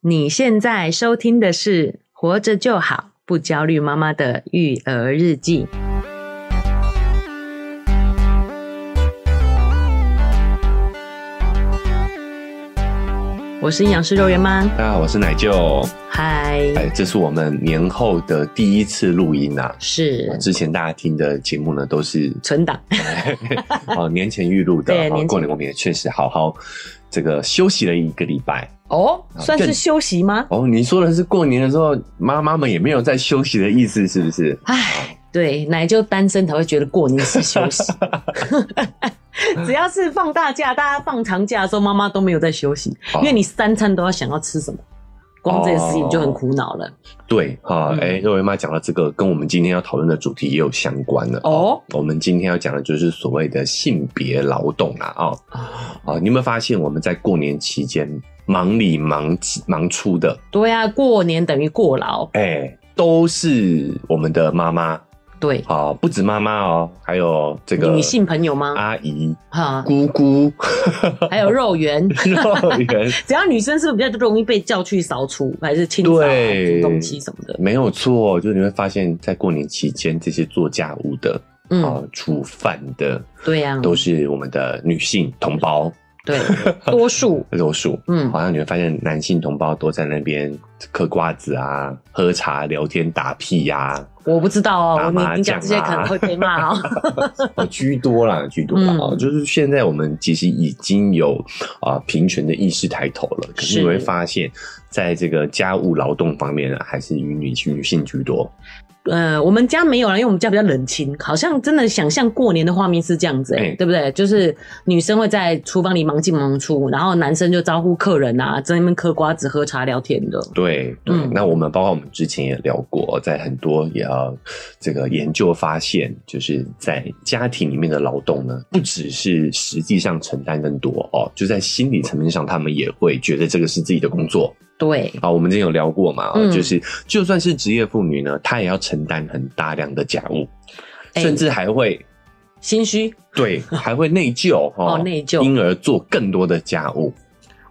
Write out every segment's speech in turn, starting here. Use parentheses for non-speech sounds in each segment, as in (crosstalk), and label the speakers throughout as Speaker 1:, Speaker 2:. Speaker 1: 你现在收听的是《活着就好不焦虑妈妈的育儿日记》。我是营养师肉圆妈，
Speaker 2: 大家好，我是奶舅。
Speaker 1: 嗨，
Speaker 2: 哎，这是我们年后的第一次录音啊。
Speaker 1: 是
Speaker 2: 之前大家听的节目呢，
Speaker 1: (laughs)
Speaker 2: 都是
Speaker 1: 存档，
Speaker 2: 哦年前预录的
Speaker 1: 对。
Speaker 2: 哦
Speaker 1: 年前
Speaker 2: 过年我们也确实好好这个休息了一个礼拜。
Speaker 1: 哦， (laughs) 算是
Speaker 2: 更
Speaker 1: 休息吗？
Speaker 2: 哦，你说的是过年的时候，妈妈们也没有在休息的意思，是不是？
Speaker 1: 唉，对，奶就单身才会觉得过年是休
Speaker 2: (laughs)
Speaker 1: 息。只要是放大假，大家放长假的时候，妈妈都没有在休息，
Speaker 2: 哦
Speaker 1: 因为你三餐都要想要吃什么，光这件事情就很苦恼了。
Speaker 2: 对哈
Speaker 1: 嗯，
Speaker 2: 哎、肉圆妈讲到这个，跟我们今天要讨论的主题也有相关了
Speaker 1: 哦。
Speaker 2: 我们今天要讲的就是所谓的性别劳动啦，哦，
Speaker 1: 啊
Speaker 2: 啊，你有没有发现我们在过年期间忙里忙忙出的，
Speaker 1: 对呀、过年等于过劳，
Speaker 2: 哎、都是我们的妈妈，
Speaker 1: 对，
Speaker 2: 好、不止妈妈哦，还有这个啊
Speaker 1: 女性朋友吗？
Speaker 2: 阿姨、
Speaker 1: 哈、
Speaker 2: 姑姑、
Speaker 1: 还有肉圆，
Speaker 2: 幼员，
Speaker 1: 只要女生是不是比较容易被叫去扫除，还是清扫啊、
Speaker 2: 对
Speaker 1: 煮东西什么的？
Speaker 2: (laughs) 没有错，就是你会发现在过年期间，这些做家务的啊、
Speaker 1: 嗯，
Speaker 2: 煮饭的，
Speaker 1: 对呀、
Speaker 2: 都是我们的女性同胞
Speaker 1: 对，多数，
Speaker 2: 多数。
Speaker 1: 嗯，
Speaker 2: 好像你会发现男性同胞都在那边嗑瓜子啊、喝茶、聊天、打屁啊呀、
Speaker 1: 我不知道哦，
Speaker 2: 打
Speaker 1: 你
Speaker 2: 麻
Speaker 1: 你讲这些
Speaker 2: 将啊
Speaker 1: 可能会被骂哦。
Speaker 2: 哦，居多啦，居多啦。
Speaker 1: 嗯
Speaker 2: 哦，就是现在我们其实已经有啊、平权的意识抬头了，可
Speaker 1: 是
Speaker 2: 是你会发现，在这个家务劳动方面呢，啊还是以女性女性居多。
Speaker 1: 呃，我们家没有了，因为我们家比较冷清，好像真的想象过年的画面是这样子、欸，
Speaker 2: 哎
Speaker 1: 对不对？就是女生会在厨房里忙进忙出，然后男生就招呼客人啊，在那边嗑瓜子、喝茶、聊天的。
Speaker 2: 对，对
Speaker 1: 嗯
Speaker 2: 那我们包括我们之前也聊过，在很多也要这个研究发现，就是在家庭里面的劳动呢，不只是实际上承担更多哦，就在心理层面上，他们也会觉得这个是自己的工作。
Speaker 1: 对，
Speaker 2: 啊，我们之前有聊过嘛，
Speaker 1: 嗯
Speaker 2: 就是就算是职业妇女呢，她也要承担很大量的家务，
Speaker 1: 哎
Speaker 2: 甚至还会
Speaker 1: 心虚，
Speaker 2: 对，还会内疚
Speaker 1: 哦内疚
Speaker 2: 因而做更多的家务。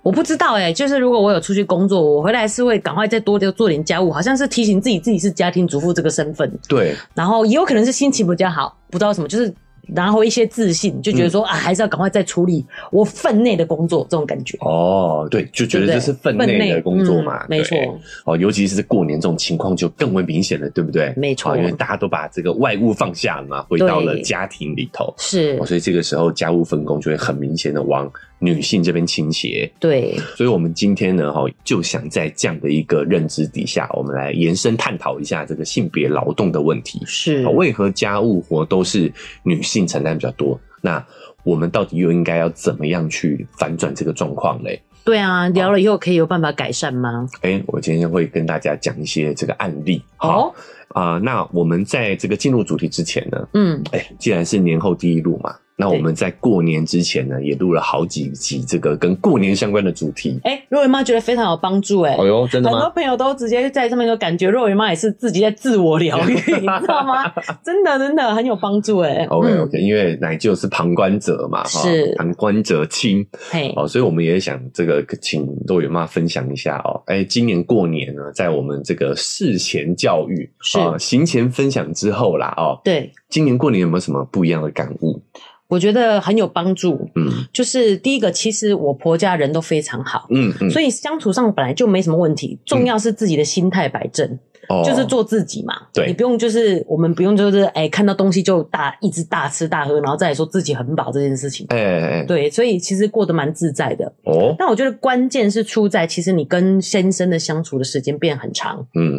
Speaker 1: 我不知道哎、就是如果我有出去工作，我回来是会赶快再多就做点家务，好像是提醒自己自己是家庭主妇这个身份，
Speaker 2: 对，
Speaker 1: 然后也有可能是心情比较好，不知道为什么，就是然后一些自信，就觉得说、
Speaker 2: 嗯
Speaker 1: 啊，还是要赶快再处理我分内的工作这种感觉。
Speaker 2: 哦，对，就觉
Speaker 1: 对
Speaker 2: 得
Speaker 1: 不对
Speaker 2: 这是分内的工作嘛，
Speaker 1: 嗯没
Speaker 2: 对
Speaker 1: 错。
Speaker 2: 哦，尤其是过年这种情况就更为明显了，对不对？
Speaker 1: 没错
Speaker 2: 啊因为大家都把这个外务放下了嘛，回到了
Speaker 1: 对
Speaker 2: 家庭里头。
Speaker 1: 是
Speaker 2: 哦，所以这个时候家务分工就会很明显的往女性这边倾斜。
Speaker 1: 对，
Speaker 2: 所以，我们今天呢，哈，就想在这样的一个认知底下，我们来延伸探讨一下这个性别劳动的问题。
Speaker 1: 是
Speaker 2: 啊为何家务活都是女性承担比较多？那我们到底又应该要怎么样去反转这个状况嘞？
Speaker 1: 对啊，聊了以后可以有办法改善吗？
Speaker 2: 哎，我今天会跟大家讲一些这个案例。好
Speaker 1: 哦，
Speaker 2: 啊、那我们在这个进入主题之前呢，
Speaker 1: 嗯，
Speaker 2: 哎，既然是年后第一录嘛，那
Speaker 1: 对
Speaker 2: 我们在过年之前呢，也录了好几集这个跟过年相关的主题。
Speaker 1: 哎，若云妈觉得非常有帮助，哎。
Speaker 2: 哎呦，真
Speaker 1: 很
Speaker 2: 的
Speaker 1: 多
Speaker 2: 吗？
Speaker 1: 朋友都直接在上面就感觉若云妈也是自己在自我疗愈，你知道
Speaker 2: (laughs)
Speaker 1: 吗？真的真的很有帮助哎。
Speaker 2: OK
Speaker 1: 嗯
Speaker 2: OK，、因为奶舅是旁观者嘛，哈
Speaker 1: 是
Speaker 2: 旁观者清
Speaker 1: 嘿，
Speaker 2: 哦，所以我们也想这个请肉圆妈分享一下哦。哎，今年过年呢，在我们这个事前教育
Speaker 1: 是
Speaker 2: 啊、行前分享之后啦，哦，
Speaker 1: 对，
Speaker 2: 今年过年有没有什么不一样的感悟？
Speaker 1: 我觉得很有帮助。
Speaker 2: 嗯
Speaker 1: 就是第一个，其实我婆家人都非常好，
Speaker 2: 嗯嗯，
Speaker 1: 所以相处上本来就没什么问题，重要是自己的心态摆正。
Speaker 2: 以
Speaker 1: 就是做自己嘛。
Speaker 2: 哦对
Speaker 1: 你不用就是我们不用就是哎、看到东西就大一直大吃大喝，然后再来说自己很饱这件事情。
Speaker 2: 哎哎哎
Speaker 1: 对，所以其实过得蛮自在的。
Speaker 2: 哦
Speaker 1: 但我觉得关键是出在，其实你跟先生的相处的时间变很长。 (laughs)
Speaker 2: 嗯，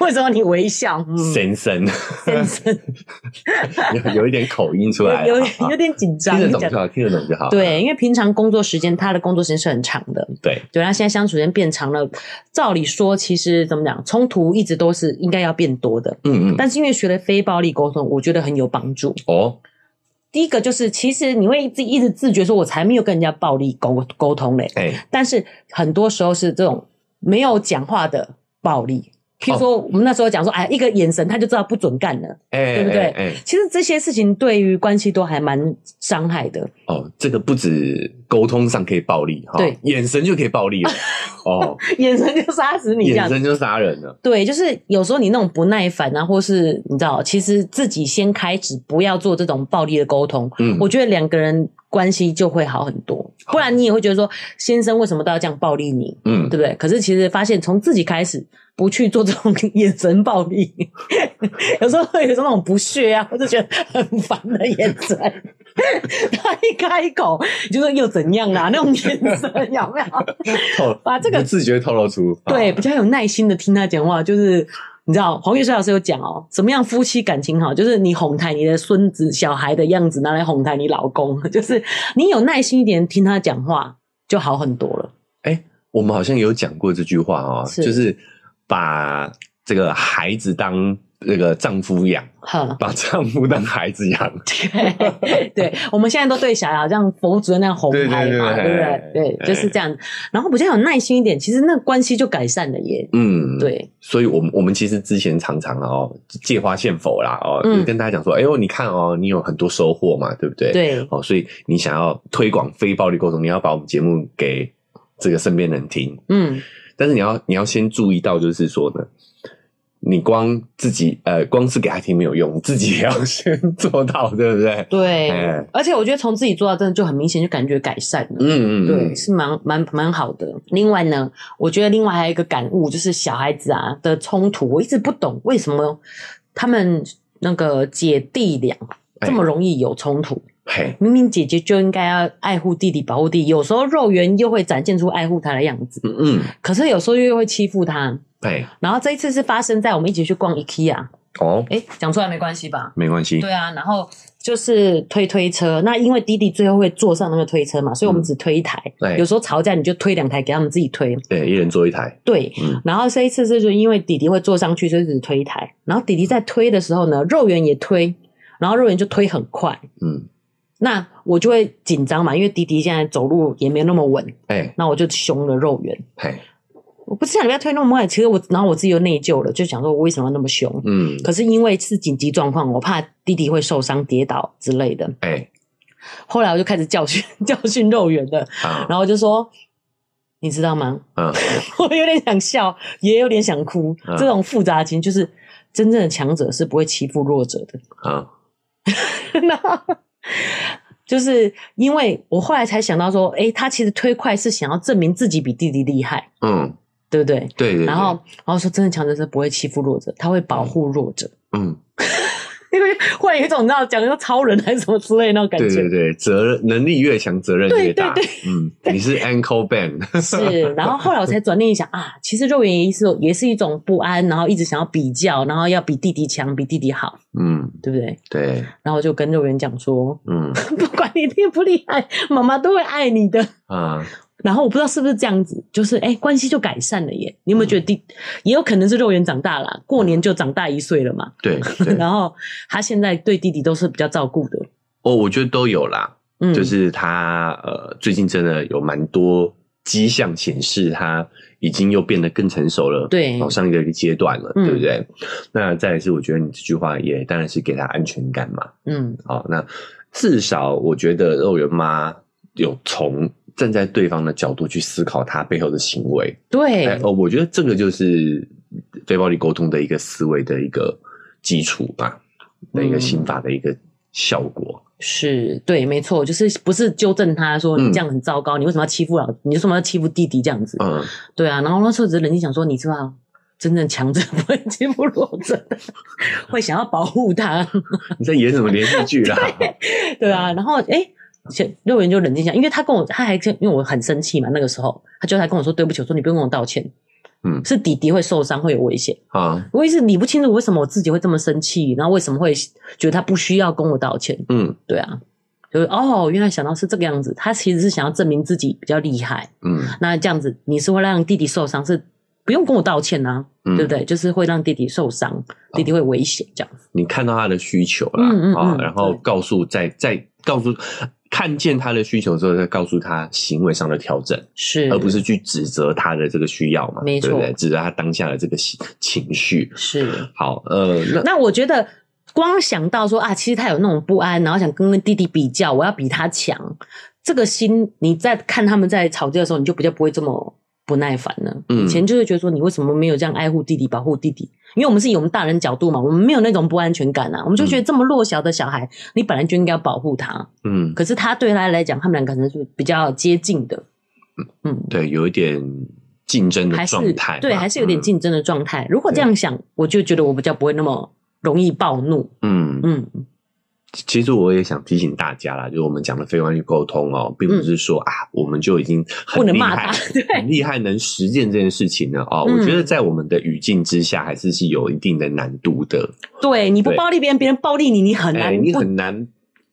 Speaker 1: 为什么你微笑？嗯，
Speaker 2: (laughs) 先生
Speaker 1: 先生
Speaker 2: 有有一点口音出来了，
Speaker 1: 嗯有
Speaker 2: 啊
Speaker 1: 有有点紧张，
Speaker 2: 听得懂
Speaker 1: 讲
Speaker 2: 就好，听得懂就好。
Speaker 1: 对，因为平常工作时间，他的工作时间是很长的，
Speaker 2: 对，
Speaker 1: 对，他现在相处时间变长了。照理说，其实怎么讲，冲突一直都是应该要变多的，
Speaker 2: 嗯嗯
Speaker 1: 但是因为学了非暴力沟通，我觉得很有帮助。
Speaker 2: 哦
Speaker 1: 第一个就是，其实你会自己一直自觉说，我才没有跟人家暴力沟沟通嘞。
Speaker 2: 哎
Speaker 1: 但是很多时候是这种没有讲话的暴力，譬如说，我们那时候讲说，哎，一个眼神他就知道不准干了。
Speaker 2: 哎，
Speaker 1: 对不对
Speaker 2: 哎哎
Speaker 1: 其实这些事情对于关系都还蛮伤害的。
Speaker 2: 哦，这个不止沟通上可以暴力哈，
Speaker 1: 对
Speaker 2: 眼神就可以
Speaker 1: (laughs)
Speaker 2: 暴力了，哦，
Speaker 1: 眼神就杀死你这
Speaker 2: 眼
Speaker 1: 样。
Speaker 2: 神就杀人了，
Speaker 1: 对，就是有时候你那种不耐烦啊，或是你知道，其实自己先开始不要做这种暴力的沟通，
Speaker 2: 嗯，
Speaker 1: 我觉得两个人关系就会好很多。不然你也会觉得说，先生为什么都要这样暴力你，
Speaker 2: 嗯
Speaker 1: 对，不对？可是其实发现从自己开始不去做这种 (laughs) 眼神暴力，有时候会有那种不屑啊，我就觉得很烦的眼神。他一开口，你就说又怎样啊啦、那种眼神有没有？
Speaker 2: 透
Speaker 1: 把这个
Speaker 2: 不自觉透露出，
Speaker 1: 对，
Speaker 2: 啊
Speaker 1: 比较有耐心的听他讲话，就是你知道黄玉帅老师有讲哦，怎么样夫妻感情好，就是你哄抬你的孙子、小孩的样子，拿来哄抬你老公，就是你有耐心一点听他讲话就好很多了。
Speaker 2: 我们好像有讲过这句话啊，
Speaker 1: 是
Speaker 2: 就是把这个孩子当这个丈夫养， (laughs)
Speaker 1: 哈，
Speaker 2: 把丈夫当孩子养，
Speaker 1: 对， (laughs) 对，我们现在都对小孩好像佛祖那样哄
Speaker 2: 对对
Speaker 1: 抬嘛，
Speaker 2: 对
Speaker 1: 对
Speaker 2: 哎
Speaker 1: 不对？对，就是这样。然后比较有耐心一点，其实那关系就改善了耶。
Speaker 2: 嗯，。
Speaker 1: 对，
Speaker 2: 所以我们我们其实之前常常哦借花献佛啦哦，
Speaker 1: 嗯
Speaker 2: 就跟大家讲说，哎呦，你看哦，你有很多收获嘛，对不对？。
Speaker 1: 对，
Speaker 2: 哦，所以你想要推广非暴力沟通，你要把我们节目给这个身边人听，
Speaker 1: 嗯，
Speaker 2: 但是你要你要先注意到，就是说呢，你光自己呃光是给他听没有用，你自己也要 (laughs) 先做到，对不对？
Speaker 1: 对
Speaker 2: 哎。
Speaker 1: 而且我觉得从自己做到，真的就很明显，就感觉改善了。
Speaker 2: 嗯嗯，
Speaker 1: 对，
Speaker 2: 嗯，
Speaker 1: 是蛮蛮蛮好的。另外呢，我觉得另外还有一个感悟就是小孩子啊的冲突，我一直不懂为什么他们那个姐弟俩
Speaker 2: 哎
Speaker 1: 这么容易有冲突。
Speaker 2: 嘿，
Speaker 1: 明明姐姐就应该要爱护弟弟、保护弟弟，有时候肉圆又会展现出爱护他的样子，
Speaker 2: 嗯嗯，
Speaker 1: 可是有时候又会欺负他。
Speaker 2: 嘿，
Speaker 1: 然后这一次是发生在我们一起去逛 IKEA，
Speaker 2: 哦，
Speaker 1: 哎，讲出来没关系吧？
Speaker 2: 没关系，
Speaker 1: 对啊，然后就是推推车，那因为弟弟最后会坐上那个推车嘛，所以我们只推一台。
Speaker 2: 对
Speaker 1: 有时候吵架你就推两台给他们自己推。
Speaker 2: 对，一人做一台，
Speaker 1: 对，
Speaker 2: 嗯
Speaker 1: 然后这一次就是因为弟弟会坐上去，所以只推一台。然后弟弟在推的时候呢，肉圆也推，然后肉圆就推很快。
Speaker 2: 嗯，
Speaker 1: 那我就会紧张嘛，因为弟弟现在走路也没有那么稳，
Speaker 2: 哎
Speaker 1: 那我就凶了肉圆。
Speaker 2: 嘿，
Speaker 1: 我不是想你不要推那么快，其实我然后我自己又内疚了，就想说我为什么要那么凶？
Speaker 2: 嗯，
Speaker 1: 可是因为是紧急状况，我怕弟弟会受伤、跌倒之类的，
Speaker 2: 哎
Speaker 1: 后来我就开始教训 (laughs) 教训肉圆的，
Speaker 2: 啊，
Speaker 1: 然后我就说，你知道吗？
Speaker 2: 嗯，
Speaker 1: 我有点想笑，也有点想哭
Speaker 2: 嗯。
Speaker 1: 这种复杂的情绪就是真正的强者是不会欺负弱者的。
Speaker 2: 啊，
Speaker 1: 然后就是因为我后来才想到说，诶，他其实推快是想要证明自己比弟弟厉害，
Speaker 2: 嗯，
Speaker 1: 对不对？
Speaker 2: 对对对，
Speaker 1: 然后，然后说，真的强者是不会欺负弱者，他会保护弱者。 (laughs)
Speaker 2: 嗯，
Speaker 1: 因为忽然有一种你知道，讲的超人还是什么之类的那种感
Speaker 2: 对
Speaker 1: 觉
Speaker 2: 对，对，责任能力越强，责任越大。
Speaker 1: 对
Speaker 2: 嗯，你是 ankle band， (laughs)
Speaker 1: 是，然后后来我才转念一想啊，其实肉圆也是也是一种不安，然后一直想要比较，然后要比弟弟强，比弟弟好，
Speaker 2: 嗯，
Speaker 1: 对不对？
Speaker 2: 对，
Speaker 1: 然后我就跟肉圆讲说，
Speaker 2: 嗯
Speaker 1: (laughs) 不管你厉不厉害，妈妈都会爱你的。
Speaker 2: (laughs) 啊，
Speaker 1: 然后我不知道是不是这样子，就是哎，关系就改善了耶。你有没有觉得弟，
Speaker 2: 嗯
Speaker 1: 也有可能是肉圆长大了，过年就长大一岁了嘛。
Speaker 2: 对对，
Speaker 1: 然后他现在对弟弟都是比较照顾的，
Speaker 2: 哦，我觉得都有啦，
Speaker 1: 嗯，
Speaker 2: 就是他呃，最近真的有蛮多迹象显示他已经又变得更成熟了，
Speaker 1: 对
Speaker 2: 往上一个阶段了，
Speaker 1: 嗯
Speaker 2: 对不对？那再来是，我觉得你这句话也当然是给他安全感嘛，
Speaker 1: 嗯
Speaker 2: 好，那至少我觉得肉圆妈有从站在对方的角度去思考他背后的行为，
Speaker 1: 对，
Speaker 2: 哎，哦，我觉得这个就是非暴力沟通的一个思维的一个基础吧，的一个
Speaker 1: 嗯
Speaker 2: 心法的一个效果。
Speaker 1: 是对，没错，就是不是纠正他说
Speaker 2: 嗯
Speaker 1: 你这样很糟糕，你为什么要欺负老，你为什么要欺负弟弟这样子？
Speaker 2: 嗯，
Speaker 1: 对啊，然后那时候只是冷静想说，你知道，真正强者不会欺负弱者 (laughs) 的，会想要保护他，
Speaker 2: 你在演什么连续剧啦？
Speaker 1: (laughs) 对啊，
Speaker 2: 嗯
Speaker 1: 然后诶，小肉圆就冷静想，因为他跟我，他还跟因为我很生气嘛，那个时候他就还跟我说对不起，我说你不用跟我道歉，
Speaker 2: 嗯
Speaker 1: 是弟弟会受伤，会有危险。
Speaker 2: 啊，
Speaker 1: 我也是理不清楚为什么我自己会这么生气，然后为什么会觉得他不需要跟我道歉，
Speaker 2: 嗯
Speaker 1: 对啊，就是哦，原来想到是这个样子，他其实是想要证明自己比较厉害。
Speaker 2: 嗯
Speaker 1: 那这样子，你是会让弟弟受伤，是不用跟我道歉啊，
Speaker 2: 嗯，
Speaker 1: 对不？对？就是会让弟弟受伤，弟弟会危险这样。
Speaker 2: 你看到他的需求啦，
Speaker 1: 嗯嗯嗯
Speaker 2: 啊，然后
Speaker 1: 对
Speaker 2: 告诉再再告诉。看见他的需求之后，再告诉他行为上的调整，
Speaker 1: 是，
Speaker 2: 而不是去指责他的这个需要嘛，
Speaker 1: 没错
Speaker 2: 对不对？指责他当下的这个情情绪。
Speaker 1: 是。
Speaker 2: 好，呃，那
Speaker 1: 那我觉得光想到说啊，其实他有那种不安，然后想跟跟弟弟比较，我要比他强，这个心你在看他们在吵架的时候，你就比较不会这么不耐烦了。
Speaker 2: 嗯
Speaker 1: 以前就会觉得说，你为什么没有这样爱护弟弟、保护弟弟？因为我们是以我们大人角度嘛，我们没有那种不安全感啊，我们就觉得这么弱小的小孩，你本来就应该要保护他。
Speaker 2: 嗯，
Speaker 1: 可是他对他来讲，他们两个可能是比较接近的，嗯，
Speaker 2: 对，有一点竞争的
Speaker 1: 还是
Speaker 2: 状态吧，嗯
Speaker 1: 对，还是有点竞争的状态。如果这样想，我就觉得我比较不会那么容易暴怒。
Speaker 2: 嗯。嗯
Speaker 1: 嗯，
Speaker 2: 其实我也想提醒大家啦，就是我们讲的非关系沟通哦，并不是说、啊，我们就已经
Speaker 1: 嗯不
Speaker 2: 很
Speaker 1: 能
Speaker 2: 厉
Speaker 1: 骂
Speaker 2: 害
Speaker 1: 他， (laughs) 对
Speaker 2: 很厉害，能实践这件事情呢。哦，
Speaker 1: 嗯
Speaker 2: 我觉得在我们的语境之下，还是是有一定的难度的。
Speaker 1: 对，你不
Speaker 2: 对
Speaker 1: 暴力别人，别人暴力你，你很
Speaker 2: 哎、
Speaker 1: 难，
Speaker 2: 你
Speaker 1: 不
Speaker 2: 很难，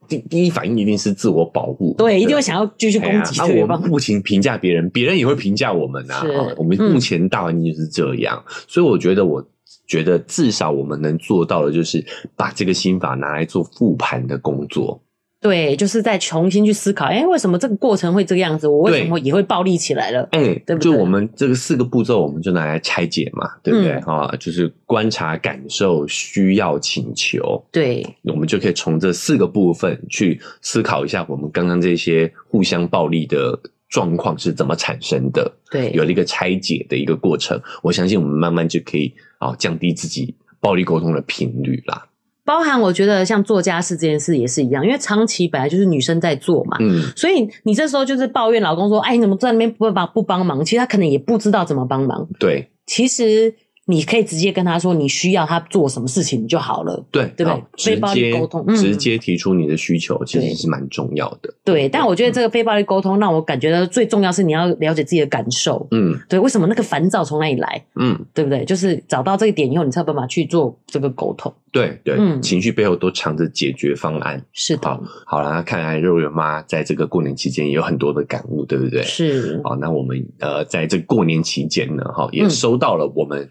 Speaker 2: 第第一反应一定是自我保护，
Speaker 1: 对，一定
Speaker 2: 吧
Speaker 1: 会想要继续
Speaker 2: 哎
Speaker 1: 攻
Speaker 2: 呀
Speaker 1: 击
Speaker 2: 啊
Speaker 1: 对
Speaker 2: 我
Speaker 1: 方
Speaker 2: 们。不停评价别人， (laughs) 别人也会评价我们啊。
Speaker 1: 是嗯
Speaker 2: 哦我们目前大环境就是这样，所以我觉得我。觉得至少我们能做到的，就是把这个心法拿来做复盘的工作。
Speaker 1: 对，就是再重新去思考，哎，为什么这个过程会这个样子？我为
Speaker 2: 对
Speaker 1: 什么也会暴力起来了？
Speaker 2: 哎、
Speaker 1: 对不对
Speaker 2: 就我们这个四个步骤，我们就拿来拆解嘛，对不对？
Speaker 1: 嗯
Speaker 2: 啊、就是观察、感受、需要、请求，
Speaker 1: 对，
Speaker 2: 我们就可以从这四个部分去思考一下，我们刚刚这些互相暴力的状况是怎么产生的。有
Speaker 1: 对，
Speaker 2: 了一个拆解的一个过程，我相信我们慢慢就可以啊、降低自己暴力沟通的频率啦。
Speaker 1: 包含我觉得像做家事这件事也是一样，因为长期本来就是女生在做嘛，
Speaker 2: 嗯，
Speaker 1: 所以你这时候就是抱怨老公说，哎，你怎么在那边不帮不帮忙？其实他可能也不知道怎么帮忙。
Speaker 2: 对
Speaker 1: 其实你可以直接跟他说，你需要他做什么事情就好了。
Speaker 2: 对
Speaker 1: 对吧
Speaker 2: 好
Speaker 1: 非
Speaker 2: 直
Speaker 1: 暴力
Speaker 2: 接
Speaker 1: 沟通嗯
Speaker 2: 直接提出你的需求，其
Speaker 1: 对
Speaker 2: 实是蛮重要的。
Speaker 1: 对，但我觉
Speaker 2: 嗯
Speaker 1: 得这个非暴力沟通让我感觉到最重要是你要了解自己的感受。
Speaker 2: 嗯
Speaker 1: 对，为什么那个烦躁从哪里来？
Speaker 2: 嗯，
Speaker 1: 对不对？就是找到这一点以后，你才有办法去做这个沟通。
Speaker 2: 对对，
Speaker 1: 嗯
Speaker 2: 情绪背后都藏着解决方案。
Speaker 1: 是的
Speaker 2: 好，，好啦，看来肉圆妈在这个过年期间也有很多的感悟，对不对？
Speaker 1: 是
Speaker 2: 好，那我们呃，在这过年期间呢，哈，也
Speaker 1: 嗯
Speaker 2: 收到了我们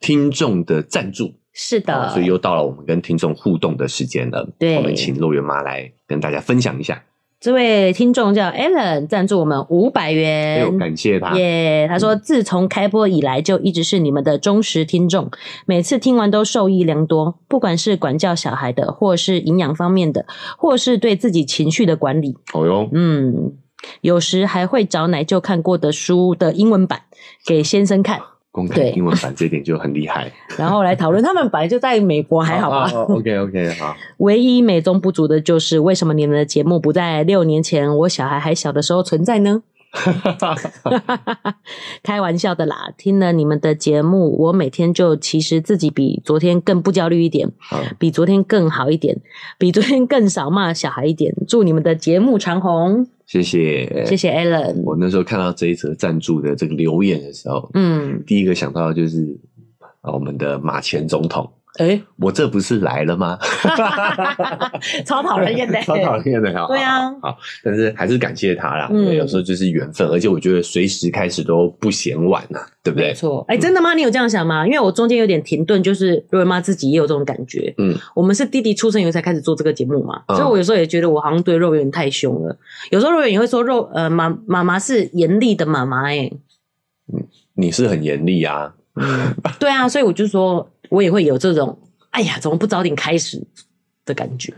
Speaker 2: 听众的赞助。
Speaker 1: 是
Speaker 2: 好
Speaker 1: 的，
Speaker 2: 哦所以又到了我们跟听众互动的时间了。
Speaker 1: 对
Speaker 2: 我们请肉圆妈来跟大家分享一下。
Speaker 1: 这位听众叫 Alan，赞助我们五百
Speaker 2: 哎呦，
Speaker 1: 元。
Speaker 2: 感谢他。嗯
Speaker 1: 耶他说自从开播以来就一直是你们的忠实听众，每次听完都受益良多。不管是管教小孩的，或是营养方面的，或是对自己情绪的管理，
Speaker 2: 哦哟，
Speaker 1: 嗯，有时还会找奶舅看过的书的英文版给先生看，
Speaker 2: 公开
Speaker 1: 对
Speaker 2: 英文版这一点就很厉害。哦
Speaker 1: 然后来讨论。他们本来就在美国， (laughs) 还好
Speaker 2: 啊 (laughs)
Speaker 1: 吧？
Speaker 2: ？OK OK，好。 (laughs)
Speaker 1: 唯一美中不足的就是，为什么你们的节目不在六年前我小孩还小的时候存在呢？ (laughs) 开玩笑的啦，听了你们的节目，我每天就其实自己比昨天更不焦虑一点，
Speaker 2: 好，
Speaker 1: 比昨天更好一点，比昨天更少骂小孩一点。祝你们的节目长红，
Speaker 2: 谢谢。
Speaker 1: 谢。谢 Alan。
Speaker 2: 我那时候看到这一则赞助的这个留言的时候，
Speaker 1: 嗯，
Speaker 2: 第一个想到的就是啊，我们的马前总统，
Speaker 1: 诶、
Speaker 2: 我这不是来
Speaker 1: (laughs)
Speaker 2: 了吗？，
Speaker 1: 超讨人厌的
Speaker 2: (laughs) 超讨厌的，好
Speaker 1: 对啊
Speaker 2: 好好好但是还是感谢他啦。
Speaker 1: 嗯
Speaker 2: 嗯，有时候就是缘分，而且我觉得随时开始都不嫌晚呐、对不
Speaker 1: 没
Speaker 2: 对？嗯
Speaker 1: 错，哎、真的吗？你有这样想吗？因为我中间有点停顿，就是瑞妈自己也有这种感觉。
Speaker 2: 嗯，
Speaker 1: 我们是弟弟出生以后才开始做这个节目嘛，
Speaker 2: 嗯
Speaker 1: 所以我有时候也觉得我好像对肉圆太凶了。有时候肉圆也会说肉，呃，妈妈妈是严厉的妈妈、欸，
Speaker 2: 你是很严厉啊，
Speaker 1: 哎，对啊，所以我就说我也会有这种，哎呀，怎么不早点开始的感觉？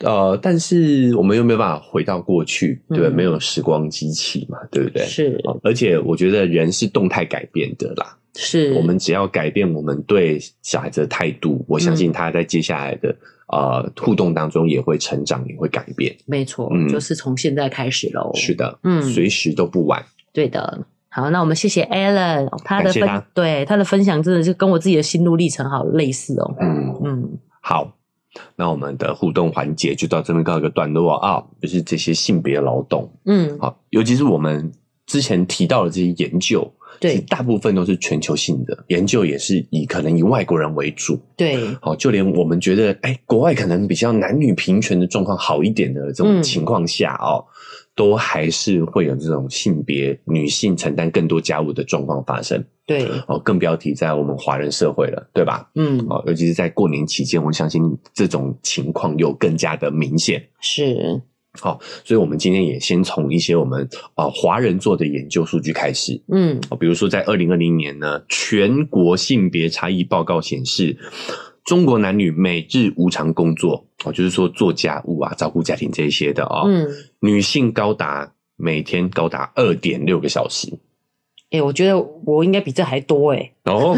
Speaker 2: 呃，但是我们又没有办法回到过去，
Speaker 1: 嗯
Speaker 2: 对，没有时光机器嘛，对不对？
Speaker 1: 是
Speaker 2: 哦而且我觉得人是动态改变的啦，
Speaker 1: 是，
Speaker 2: 我们只要改变我们对小孩子的态度，我相信
Speaker 1: 嗯
Speaker 2: 他在接下来的呃互动当中也会成长，也会改变。
Speaker 1: 没错，
Speaker 2: 嗯
Speaker 1: 就是从现在开始喽。
Speaker 2: 是的，
Speaker 1: 嗯
Speaker 2: 随时都不晚。
Speaker 1: 对的。好，那我们谢谢 Alan，他哦的
Speaker 2: 感谢
Speaker 1: 分
Speaker 2: 他
Speaker 1: 对他的分享真的是跟我自己的心路历程好类似哦。
Speaker 2: 嗯，
Speaker 1: 嗯，
Speaker 2: 好，那我们的互动环节就到这边告一个段落啊，就是这些性别劳动，
Speaker 1: 嗯，
Speaker 2: 好，尤其是我们之前提到的这些研究，其
Speaker 1: 对
Speaker 2: 实大部分都是全球性的研究，也是以可能以外国人为主。
Speaker 1: 对，
Speaker 2: 好，就连我们觉得，哎，国外可能比较男女平权的状况好一点的
Speaker 1: 嗯
Speaker 2: 这种情况下哦，都还是会有这种性别女性承担更多家务的状况发生。
Speaker 1: 对，
Speaker 2: (laughs) 哦，更不要提在我们华人社会了，对吧？
Speaker 1: 嗯，
Speaker 2: 哦，尤其是在过年期间，我相信这种情况又更加的明显。
Speaker 1: 是，
Speaker 2: 好，所以我们今天也先从一些我们啊、呃华人做的研究数据开始。
Speaker 1: 嗯
Speaker 2: 哦，比如说在二零二零年呢，全国性别差异报告显示，中国男女每日无偿工作哦，就是说做家务啊、照顾家庭这一些的哦，
Speaker 1: 嗯，
Speaker 2: 女性高达每天高达二点六个小时。
Speaker 1: 哎、我觉得我应该比这还多哎、
Speaker 2: 然 (laughs) 后，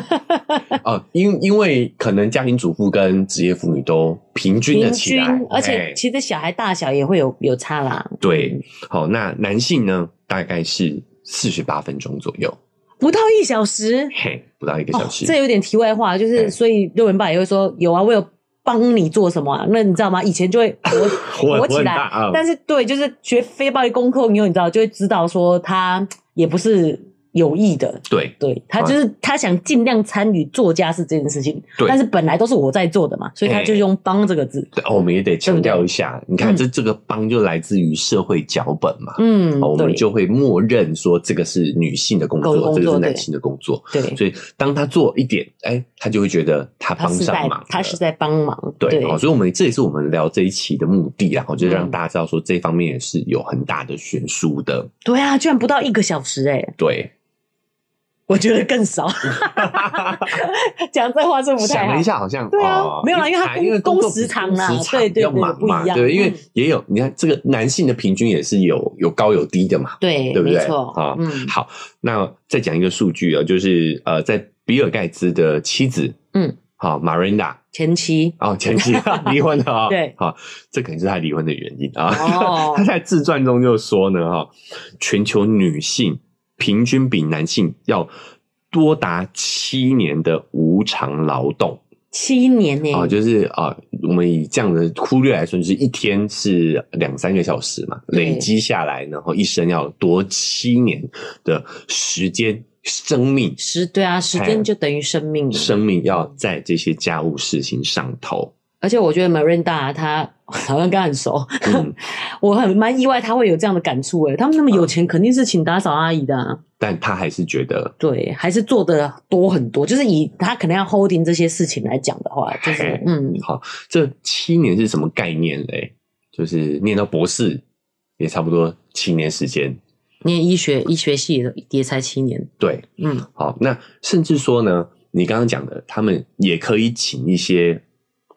Speaker 2: 哦，因因为可能家庭主妇跟职业妇女都平均
Speaker 1: 平
Speaker 2: 的起
Speaker 1: 均
Speaker 2: 来，，
Speaker 1: 而
Speaker 2: 哎
Speaker 1: 且其实小孩大小也会有有差啦。
Speaker 2: 对，
Speaker 1: 嗯
Speaker 2: 好，那男性呢，大概是四十八分钟左右，
Speaker 1: 不到一小时，
Speaker 2: 嘿，不到一个
Speaker 1: 哦
Speaker 2: 小时。
Speaker 1: 这有点题外话，就
Speaker 2: 哎
Speaker 1: 是所以六文爸也会说有啊，我有帮你做什么啊？那你知道吗？以前就
Speaker 2: (laughs)
Speaker 1: 会活
Speaker 2: 我
Speaker 1: 活
Speaker 2: 我
Speaker 1: 起
Speaker 2: 很
Speaker 1: 来，
Speaker 2: 大啊，
Speaker 1: 但是对，就是学非暴力功课以后，你知道就会知道说他也不是有意的。
Speaker 2: 对
Speaker 1: 对他就是他想尽量参与做家事这件事情，
Speaker 2: 哎对哎
Speaker 1: 但是本来都是我在做的嘛，所以他就用“帮”这个字。
Speaker 2: 对，哦我们也得强调一下，你看这这个帮就来自于社会脚本嘛，哦
Speaker 1: 嗯，
Speaker 2: 好我们
Speaker 1: 对
Speaker 2: 就会默认说这个是女性的工作，
Speaker 1: 工作
Speaker 2: 这个是
Speaker 1: 对
Speaker 2: 男性的工作，
Speaker 1: 对，
Speaker 2: 所以当他做一点，哎，他就会觉得他
Speaker 1: 他
Speaker 2: 帮
Speaker 1: 是
Speaker 2: 上
Speaker 1: 在
Speaker 2: 忙了，
Speaker 1: 他是在帮忙，
Speaker 2: 对，
Speaker 1: 对
Speaker 2: 好，所以我们这也是我们聊这一期的目的啦，我就让
Speaker 1: 嗯
Speaker 2: 大家知道说这方面也是有很大的悬殊的，
Speaker 1: 对啊，居然不到一个小时哎、
Speaker 2: 对，
Speaker 1: 我觉得更
Speaker 2: (laughs)
Speaker 1: 少。讲这话是不太
Speaker 2: 想了
Speaker 1: 好
Speaker 2: 一。下，好像
Speaker 1: 对啊
Speaker 2: 哦
Speaker 1: 没有啦因为它
Speaker 2: 啊
Speaker 1: 工
Speaker 2: 因为
Speaker 1: 工
Speaker 2: 工作
Speaker 1: 时长啦
Speaker 2: 工时长
Speaker 1: 对对
Speaker 2: 比较
Speaker 1: 对
Speaker 2: 忙
Speaker 1: 不一
Speaker 2: 嘛，
Speaker 1: 样
Speaker 2: 对，因为
Speaker 1: 嗯
Speaker 2: 也有你看这个男性的平均也是有有高有低的嘛，
Speaker 1: 对，
Speaker 2: 对不对
Speaker 1: 没错，
Speaker 2: 好
Speaker 1: 嗯
Speaker 2: 好，那再讲一个数据啊，就是呃，在比尔盖茨的妻子，
Speaker 1: 嗯，
Speaker 2: 好、m a r i n d a
Speaker 1: 前期
Speaker 2: 哦，前
Speaker 1: (laughs)
Speaker 2: 妻离婚了啊、
Speaker 1: 对
Speaker 2: 好、这可能是他离婚的原因啊。
Speaker 1: 哦
Speaker 2: 他在自传中就说呢，哈、全球女性平均比男性要多达七年的无偿劳动
Speaker 1: 七年欸呢、
Speaker 2: 啊、就是啊、我们以这样的忽略来说，就是一天是两三个小时嘛，
Speaker 1: 对
Speaker 2: 累积下来，然后一生要多七年的时间，生命
Speaker 1: 时对啊，时
Speaker 2: 哎
Speaker 1: 间就等于生命了。
Speaker 2: 生命要在这些家务事情上头。
Speaker 1: 而且我觉得 Marinda 她好像跟她很熟， (laughs)
Speaker 2: 嗯
Speaker 1: 我很蛮意外她会有这样的感触诶、他们那么有
Speaker 2: 嗯
Speaker 1: 钱，肯定是请打扫阿姨的、啊，
Speaker 2: 但他还是觉得
Speaker 1: 对，还是做的多很多。就是以她可能要 holding 这些事情来讲的话，就
Speaker 2: 哎
Speaker 1: 是嗯，
Speaker 2: 这七年是什么概念嘞？就是念到博士也差不多七年时间。
Speaker 1: 念医学医学系的也才七年，
Speaker 2: 对，
Speaker 1: 嗯，
Speaker 2: 好，那甚至说呢，你刚刚讲的，他们也可以请一些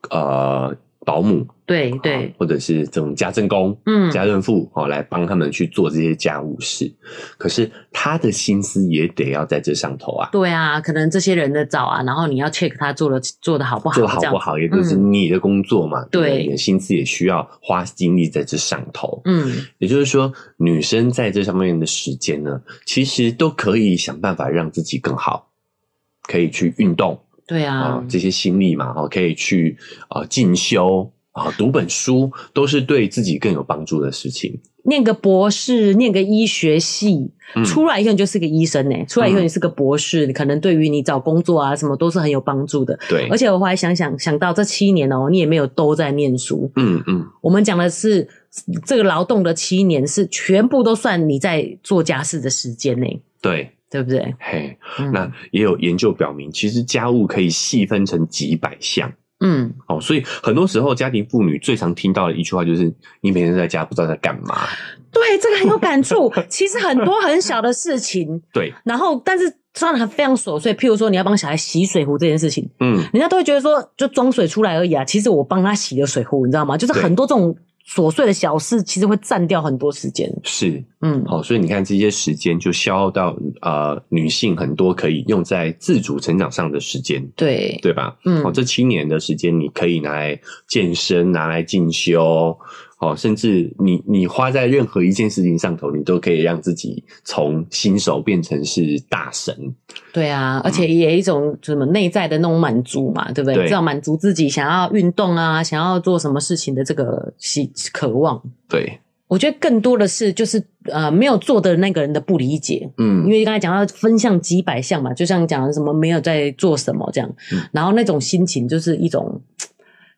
Speaker 2: 呃保姆，
Speaker 1: 对对，
Speaker 2: 啊或者是这种家政工、
Speaker 1: 嗯，
Speaker 2: 家政妇哦，来帮他们去做这些家务事。可是他的心思也得要在这上头啊。
Speaker 1: 对啊，可能这些人的找啊，然后你要 check 他做的做的好不好，
Speaker 2: 做得好
Speaker 1: 哦这样
Speaker 2: 不
Speaker 1: 子嗯
Speaker 2: 好，也就是你的工作嘛，不
Speaker 1: 对
Speaker 2: 你的心思也需要花精力在这上头。
Speaker 1: 嗯，
Speaker 2: 也就是说，女生在这上面的时间呢，其实都可以想办法让自己更好，可以去运动
Speaker 1: 对
Speaker 2: 啊、
Speaker 1: 啊，
Speaker 2: 这些心力嘛，哦，可以去啊、进修啊、读本书，都是对自己更有帮助的事情。
Speaker 1: 念个博士，念个医学系，
Speaker 2: 嗯
Speaker 1: 出来以后你就是个医生呢、出来以后你是个博士，你可能对于你找工作啊什么都是很有帮助的。
Speaker 2: 对
Speaker 1: 而，且我后来想想想到这七年哦、你也没有都在念书，
Speaker 2: 嗯嗯，
Speaker 1: 我们讲的是这个劳动的七年是全部都算你在做家事的时间呢、
Speaker 2: 对，
Speaker 1: 对不对？
Speaker 2: 嘿，
Speaker 1: 嗯
Speaker 2: 那也有研究表明，其实家务可以细分成几百项。
Speaker 1: 嗯，
Speaker 2: 哦，所以很多时候家庭妇女最常听到的一句话就是：“你每天在家不知道在干嘛。
Speaker 1: 对，这个很有感
Speaker 2: (laughs)
Speaker 1: 触。其实很多很小的事情，”
Speaker 2: 对，
Speaker 1: 然后但是算很非常琐碎，譬如说你要帮小孩洗水壶这件事情，
Speaker 2: 嗯，
Speaker 1: 人家都会觉得说就装水出来而已啊。其实我帮他洗了水壶，你知道吗？就是
Speaker 2: 对
Speaker 1: 很多这种琐碎的小事，其实会占掉很多时间。
Speaker 2: 是
Speaker 1: 嗯，
Speaker 2: 好、所以你看这些时间就消耗到呃女性很多可以用在自主成长上的时间，
Speaker 1: 对，
Speaker 2: 对吧？哦
Speaker 1: 嗯
Speaker 2: 好、，这七年的时间你可以拿来健身，拿来进修，好、甚至你你花在任何一件事情上头，你都可以让自己从新手变成是大神。
Speaker 1: 对啊，而且也有一种什么内在的那种满足嘛，对不对？
Speaker 2: 对
Speaker 1: 至少满足自己想要运动啊，想要做什么事情的这个喜渴望。
Speaker 2: 对，
Speaker 1: 我觉得更多的是就是呃，没有做的那个人的不理解，因
Speaker 2: 嗯，
Speaker 1: 为刚才讲到分项几百项嘛，就像讲的什么没有在做什么这样，
Speaker 2: 嗯
Speaker 1: 然后那种心情就是一种，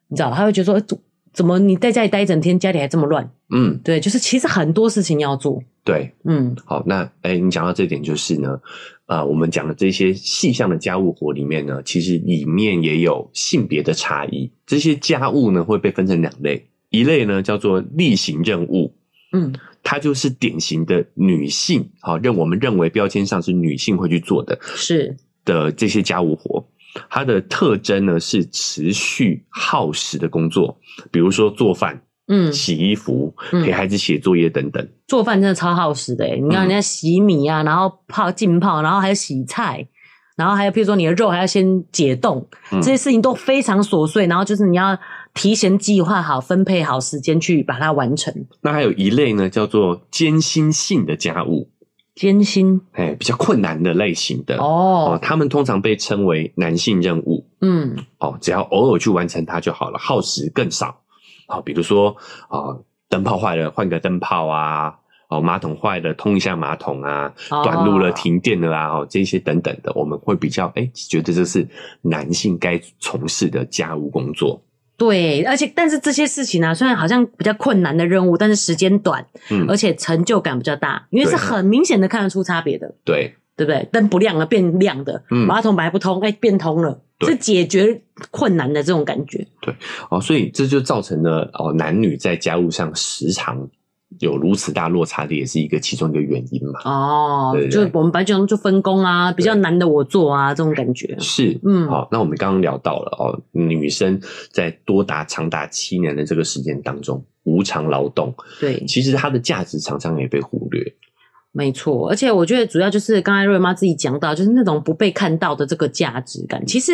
Speaker 1: 你知道，他会觉得说哎诶怎怎么你在家里待一整天，家里还这么乱？
Speaker 2: 嗯，
Speaker 1: 对，就是其实很多事情要做，
Speaker 2: 对。
Speaker 1: 嗯，
Speaker 2: 好，那哎、你讲到这点就是呢，啊，我们讲的这些细项的家务活里面呢，其实里面也有性别的差异。这些家务呢会被分成两类，一类呢叫做例行任务，
Speaker 1: 嗯
Speaker 2: 它就是典型的女性，好、让我们认为标签上是女性会去做的
Speaker 1: 是
Speaker 2: 的这些家务活。它的特征呢是持续耗时的工作，比如说做饭、
Speaker 1: 嗯
Speaker 2: 洗衣服、
Speaker 1: 嗯
Speaker 2: 陪孩子写作业等等。
Speaker 1: 做饭真的超耗时的欸，
Speaker 2: 嗯
Speaker 1: 你看人家洗米啊，然后泡浸泡，然后还有洗菜，然后还有譬如说你的肉还要先解冻，
Speaker 2: 嗯
Speaker 1: 这些事情都非常琐碎，然后就是你要提前计划好、分配好时间去把它完成，
Speaker 2: 那还有一类呢叫做艰辛性的家务，
Speaker 1: 艰辛
Speaker 2: 哎，比较困难的类型的
Speaker 1: 哦，
Speaker 2: 他们通常被称为男性任务。
Speaker 1: 嗯
Speaker 2: 哦，只要偶尔去完成它就好了，耗时更少。好、比如说啊、灯泡坏了换个灯泡啊，哦，马桶坏了通一下马桶啊，
Speaker 1: 哦
Speaker 2: 短路了停电了啊，哦，这些等等的，我们会比较哎、觉得这是男性该从事的家务工作。
Speaker 1: 对，而且但是这些事情啊，虽然好像比较困难的任务，但是时间短，
Speaker 2: 嗯
Speaker 1: 而，且成就感比较大，因为是
Speaker 2: 对
Speaker 1: 很明显的看得出差别的。
Speaker 2: 对，
Speaker 1: 对不对？灯不亮了，变亮的；
Speaker 2: 嗯
Speaker 1: 马桶本来不通，哎、变通了，
Speaker 2: 对
Speaker 1: 是解决困难的这种感觉。
Speaker 2: 哦，所以这就造成了哦，男女在家务上时常有如此大落差的，也是一个其中一个原因嘛。
Speaker 1: 哦，
Speaker 2: 对对
Speaker 1: 就我们白讲就分工啊，比较难的我做啊，这种感觉。
Speaker 2: 是，
Speaker 1: 嗯
Speaker 2: 好、那我们刚刚聊到了哦，女生在多达长达七年的这个时间当中，无偿劳动，
Speaker 1: 对，
Speaker 2: 其实它的价值常常也被忽略。
Speaker 1: 没错。而且我觉得主要就是刚才瑞妈自己讲到，就是那种不被看到的这个价值感。其实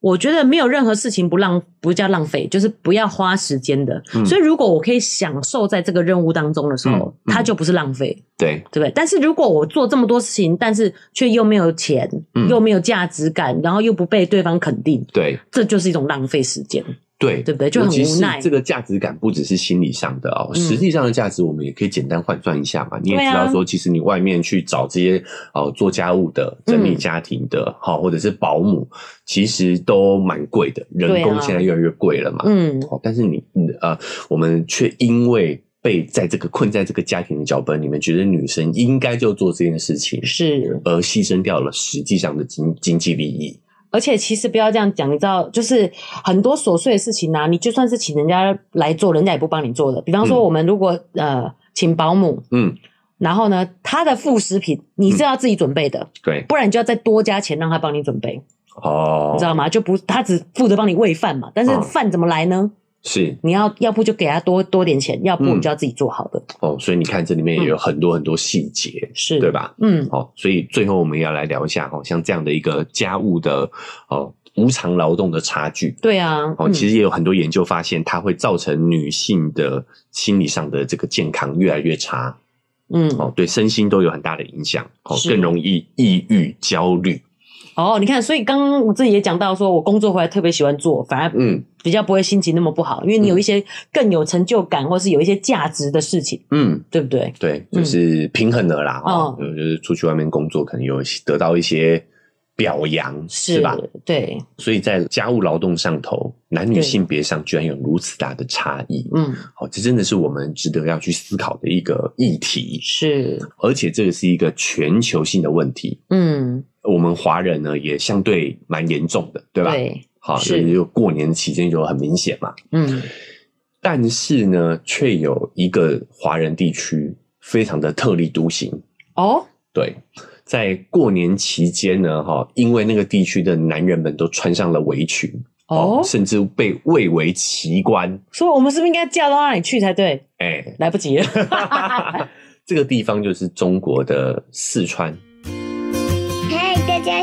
Speaker 1: 我觉得没有任何事情不浪不叫浪费，就是不要花时间的。
Speaker 2: 嗯
Speaker 1: 所以如果我可以享受在这个任务当中的时候，
Speaker 2: 嗯嗯
Speaker 1: 它就不是浪费。
Speaker 2: 对，
Speaker 1: 对不对？但是如果我做这么多事情，但是却又没有钱，
Speaker 2: 嗯
Speaker 1: 又没有价值感，然后又不被对方肯定，
Speaker 2: 对，
Speaker 1: 这就是一种浪费时间。
Speaker 2: 对，
Speaker 1: 对不对就很
Speaker 2: 尤其
Speaker 1: 无
Speaker 2: 是
Speaker 1: 奈
Speaker 2: 这个价值感不只是心理上的哦，
Speaker 1: 嗯
Speaker 2: 实际上的价值我们也可以简单换算一下嘛。你也
Speaker 1: 对啊
Speaker 2: 知道说，其实你外面去找这些哦、呃做家务的、
Speaker 1: 嗯
Speaker 2: 整理家庭的，好、或者是保姆，其实都蛮贵的，人
Speaker 1: 对
Speaker 2: 工
Speaker 1: 啊
Speaker 2: 现在越来越贵了嘛。
Speaker 1: 嗯，
Speaker 2: 哦，但是你嗯呃，我们却因为被在这个困在这个家庭的脚本里面，觉得女生应该就做这件事情，
Speaker 1: 是。
Speaker 2: 而牺牲掉了实际上的经经济利益。
Speaker 1: 而且其实不要这样讲，你知道，就是很多琐碎的事情啊，你就算是请人家来做，人家也不帮你做的。比方说，
Speaker 2: 嗯
Speaker 1: 我们如果、呃请保姆，
Speaker 2: 嗯，
Speaker 1: 然后呢，他的副食品你是要自己准备的，
Speaker 2: 对，
Speaker 1: 不然你就要再多加钱让他帮你准备，
Speaker 2: 哦
Speaker 1: 你知，道吗？就不他只负责帮你喂饭嘛，但是
Speaker 2: 嗯
Speaker 1: 饭怎么来呢？
Speaker 2: 是
Speaker 1: 你要要不就给他多多点钱，要不
Speaker 2: 嗯
Speaker 1: 你就要自己做好的，
Speaker 2: 哦，所以你看这里面也有很多很多细节，
Speaker 1: 嗯是
Speaker 2: 对？吧？
Speaker 1: 嗯，
Speaker 2: 哦，所以最后我们也要来聊一下，哦，像这样的一个家务的哦无偿劳动的差距。
Speaker 1: 对啊，
Speaker 2: 哦，其
Speaker 1: 实
Speaker 2: 实也有很多研究发现，它会造成女性的心理上的这个健康越来越差。
Speaker 1: 嗯，嗯
Speaker 2: 哦，对身心都有很大的影响，哦，
Speaker 1: 是
Speaker 2: 更容易抑郁、焦虑。
Speaker 1: 哦，你看，所以刚刚我自己也讲到，说我工作回来特别喜欢做，反而
Speaker 2: 嗯
Speaker 1: 比较不会心情那么不好，因为你有一些更有成就感，或是有一些价值的事情，
Speaker 2: 嗯，
Speaker 1: 对不对？
Speaker 2: 对，就是平衡了啦。哦，
Speaker 1: 嗯
Speaker 2: 就是出去外面工作，可能有得到一些表扬，是吧？？
Speaker 1: 对，
Speaker 2: 所以在家务劳动上头，男女
Speaker 1: 对
Speaker 2: 性别上居然有如此大的差异。
Speaker 1: 嗯，
Speaker 2: 哦，这真的是我们值得要去思考的一个议题，
Speaker 1: 是，
Speaker 2: 而且这个是一个全球性的问题。
Speaker 1: 嗯，
Speaker 2: 我们华人呢，也相对蛮严重的，对吧？
Speaker 1: 对，
Speaker 2: 好，
Speaker 1: 是
Speaker 2: 所以就过年期间就很明显嘛。
Speaker 1: 嗯，
Speaker 2: 但是呢，却有一个华人地区非常的特立独行。
Speaker 1: 哦，
Speaker 2: 对，在过年期间呢，哈，因为那个地区的男人们都穿上了围裙，
Speaker 1: 哦，
Speaker 2: 甚至被蔚为奇观，
Speaker 1: 所以我们是不是应该嫁到那里去才对？
Speaker 2: 哎、
Speaker 1: (laughs) 来不及了，
Speaker 2: 这个地方就是中国的四川。
Speaker 3: 嗨，大家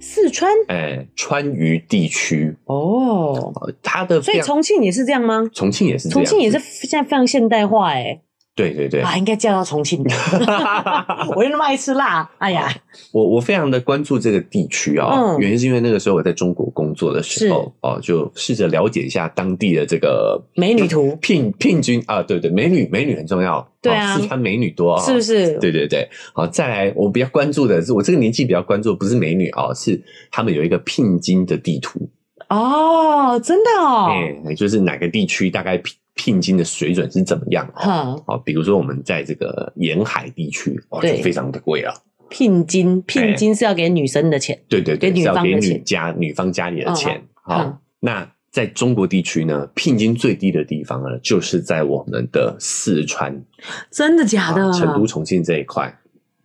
Speaker 1: 四川
Speaker 2: 哎，川渝地区，
Speaker 1: 哦，
Speaker 2: 呃它的
Speaker 1: 所以
Speaker 2: 非常
Speaker 1: 重庆也是这样吗？
Speaker 2: 重庆也是这
Speaker 1: 重
Speaker 2: 样，
Speaker 1: 庆也是现在非常现代化哎、
Speaker 2: 对对对，
Speaker 1: 啊，应该嫁到重
Speaker 2: (laughs)
Speaker 1: 庆的，我又那么爱吃辣，哎呀，
Speaker 2: 我我非常的关注这个地区啊、
Speaker 1: 嗯
Speaker 2: 原因是因为那个时候我在中国工作的时候哦，就试着了解一下当地的这个
Speaker 1: 美女图
Speaker 2: 聘聘君啊，对对，美女美女很重要，
Speaker 1: 对啊
Speaker 2: 哦四川美女多、哦，
Speaker 1: 是不是？
Speaker 2: 对对对，好，再来，我比较关注的是，我这个年纪比较关注的不是美女啊、哦，是他们有一个聘金的地图，
Speaker 1: 哦，真的哦，
Speaker 2: 哎、就是哪个地区大概聘聘金的水准是怎么样哦。
Speaker 1: 哼，
Speaker 2: 哦，比如说我们在这个沿海地区，哦，就
Speaker 1: 对
Speaker 2: 非常的贵啊。
Speaker 1: 聘金，聘金是要给女生的钱，
Speaker 2: 对对对，
Speaker 1: 给女
Speaker 2: 是要
Speaker 1: 方
Speaker 2: 给
Speaker 1: 的
Speaker 2: 女
Speaker 1: 钱
Speaker 2: 家女方家里的钱。
Speaker 1: 嗯
Speaker 2: 好、
Speaker 1: 嗯
Speaker 2: 那在中国地区呢，聘金最低的地方呢，就是在我们的四川、
Speaker 1: 真的假的？
Speaker 2: 啊成都、重庆这一块。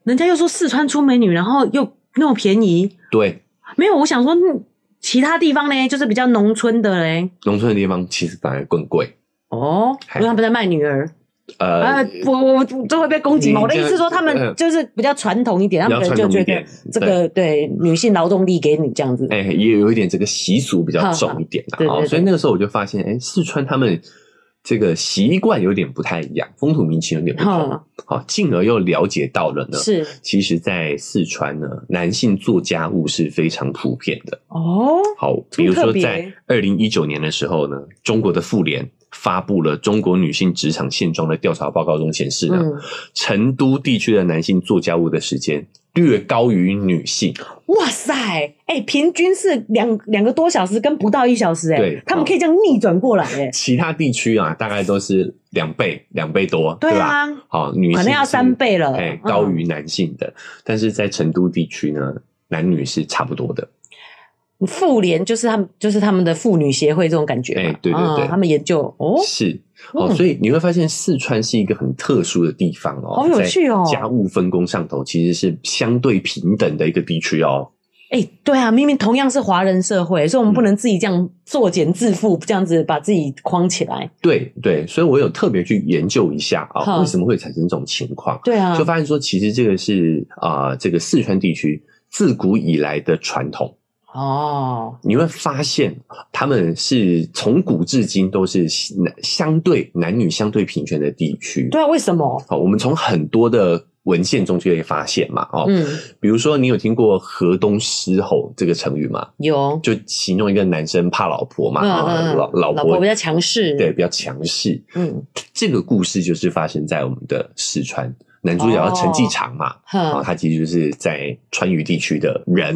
Speaker 1: 人家又说四川出美女，然后又那么便宜，
Speaker 2: 对，
Speaker 1: 没有，我想说嗯其他地方呢，就是比较农村的嘞。
Speaker 2: 农村的地方其实反而更贵。
Speaker 1: 哦，
Speaker 2: 嗨
Speaker 1: 因为他们在卖女儿，
Speaker 2: 呃
Speaker 1: 呃，，我我我这会被攻击吗？
Speaker 2: 你
Speaker 1: 我的意思
Speaker 2: 这
Speaker 1: 是说，他
Speaker 2: 呃
Speaker 1: 们就是比较传统一点，他
Speaker 2: 比较
Speaker 1: 们可能
Speaker 2: 传
Speaker 1: 就
Speaker 2: 统
Speaker 1: 觉
Speaker 2: 一
Speaker 1: 得
Speaker 2: 点，
Speaker 1: 这
Speaker 2: 对
Speaker 1: 个对女性劳动力给你这样子，
Speaker 2: 哎、也有一点这个习俗比较重一点啊，
Speaker 1: 哈哈对对
Speaker 2: 哦
Speaker 1: 对
Speaker 2: 所以那个时候我就发现，哎、四川他们这个习惯有点不太一样，风土民情有点不同，
Speaker 1: 哈，
Speaker 2: 好、进而又了解到了
Speaker 1: 嗯
Speaker 2: 呢。
Speaker 1: 是
Speaker 2: 其实，在四川呢，男性做家务是非常普遍的。
Speaker 1: 哦，
Speaker 2: 好，
Speaker 1: 这么
Speaker 2: 比如说
Speaker 1: 特别
Speaker 2: 在二零一九年的时候呢，中国的妇联发布了中国女性职场现状的调查报告中显示呢，
Speaker 1: 嗯，
Speaker 2: 成都地区的男性做家务的时间略高于女性。
Speaker 1: 哇塞，哎，平均是两两个多小时跟不到一小时，
Speaker 2: 对
Speaker 1: 哎，他们可以这样逆转过来，哎，
Speaker 2: 其他地区啊，大概都是两倍、两倍多，对
Speaker 1: 对
Speaker 2: 吧？
Speaker 1: 啊，
Speaker 2: 好，女性
Speaker 1: 可能要
Speaker 2: 是
Speaker 1: 三，倍了，
Speaker 2: 哎，
Speaker 1: 嗯
Speaker 2: 高于男性的。但是在成都地区呢，男女是差不多的。
Speaker 1: 妇联就是他们，就是他们的妇女协会这种感觉嘛。
Speaker 2: 哎对对
Speaker 1: 啊
Speaker 2: 对
Speaker 1: 他们研究哦，
Speaker 2: 是哦，
Speaker 1: 嗯
Speaker 2: 所以你会发现四川是一个很特殊的地方哦，
Speaker 1: 好有
Speaker 2: 在
Speaker 1: 趣哦
Speaker 2: 家务分工上头其实是相对平等的一个地区哦。
Speaker 1: 哎、对啊，明明同样是华人社会，所以我们
Speaker 2: 嗯
Speaker 1: 不能自己这样作茧自缚，这样子把自己框起来。
Speaker 2: 对对，所以我有特别去研究一下啊、
Speaker 1: 好
Speaker 2: 为什么会产生这种情况，
Speaker 1: 对啊
Speaker 2: 就，发现说其实这个是啊、这个四川地区自古以来的传统。
Speaker 1: 哦，
Speaker 2: 你会发现他们是从古至今都是男相对男女相对平权的地区。
Speaker 1: 对啊，为什么？
Speaker 2: 好，我们从很多的文献中就可以发现嘛，哦，
Speaker 1: 嗯，
Speaker 2: 比如说你有听过“河东狮吼”这个成语吗？
Speaker 1: 有，
Speaker 2: 就形容一个男生怕老婆嘛，
Speaker 1: 嗯
Speaker 2: 啊
Speaker 1: 嗯，
Speaker 2: 老
Speaker 1: 老
Speaker 2: 婆
Speaker 1: 比较强势，
Speaker 2: 对，比较强势。
Speaker 1: 嗯，
Speaker 2: 这个故事就是发生在我们的四川，男主角叫陈继常嘛，啊、
Speaker 1: 哼，
Speaker 2: 他其实就是在川渝地区的人，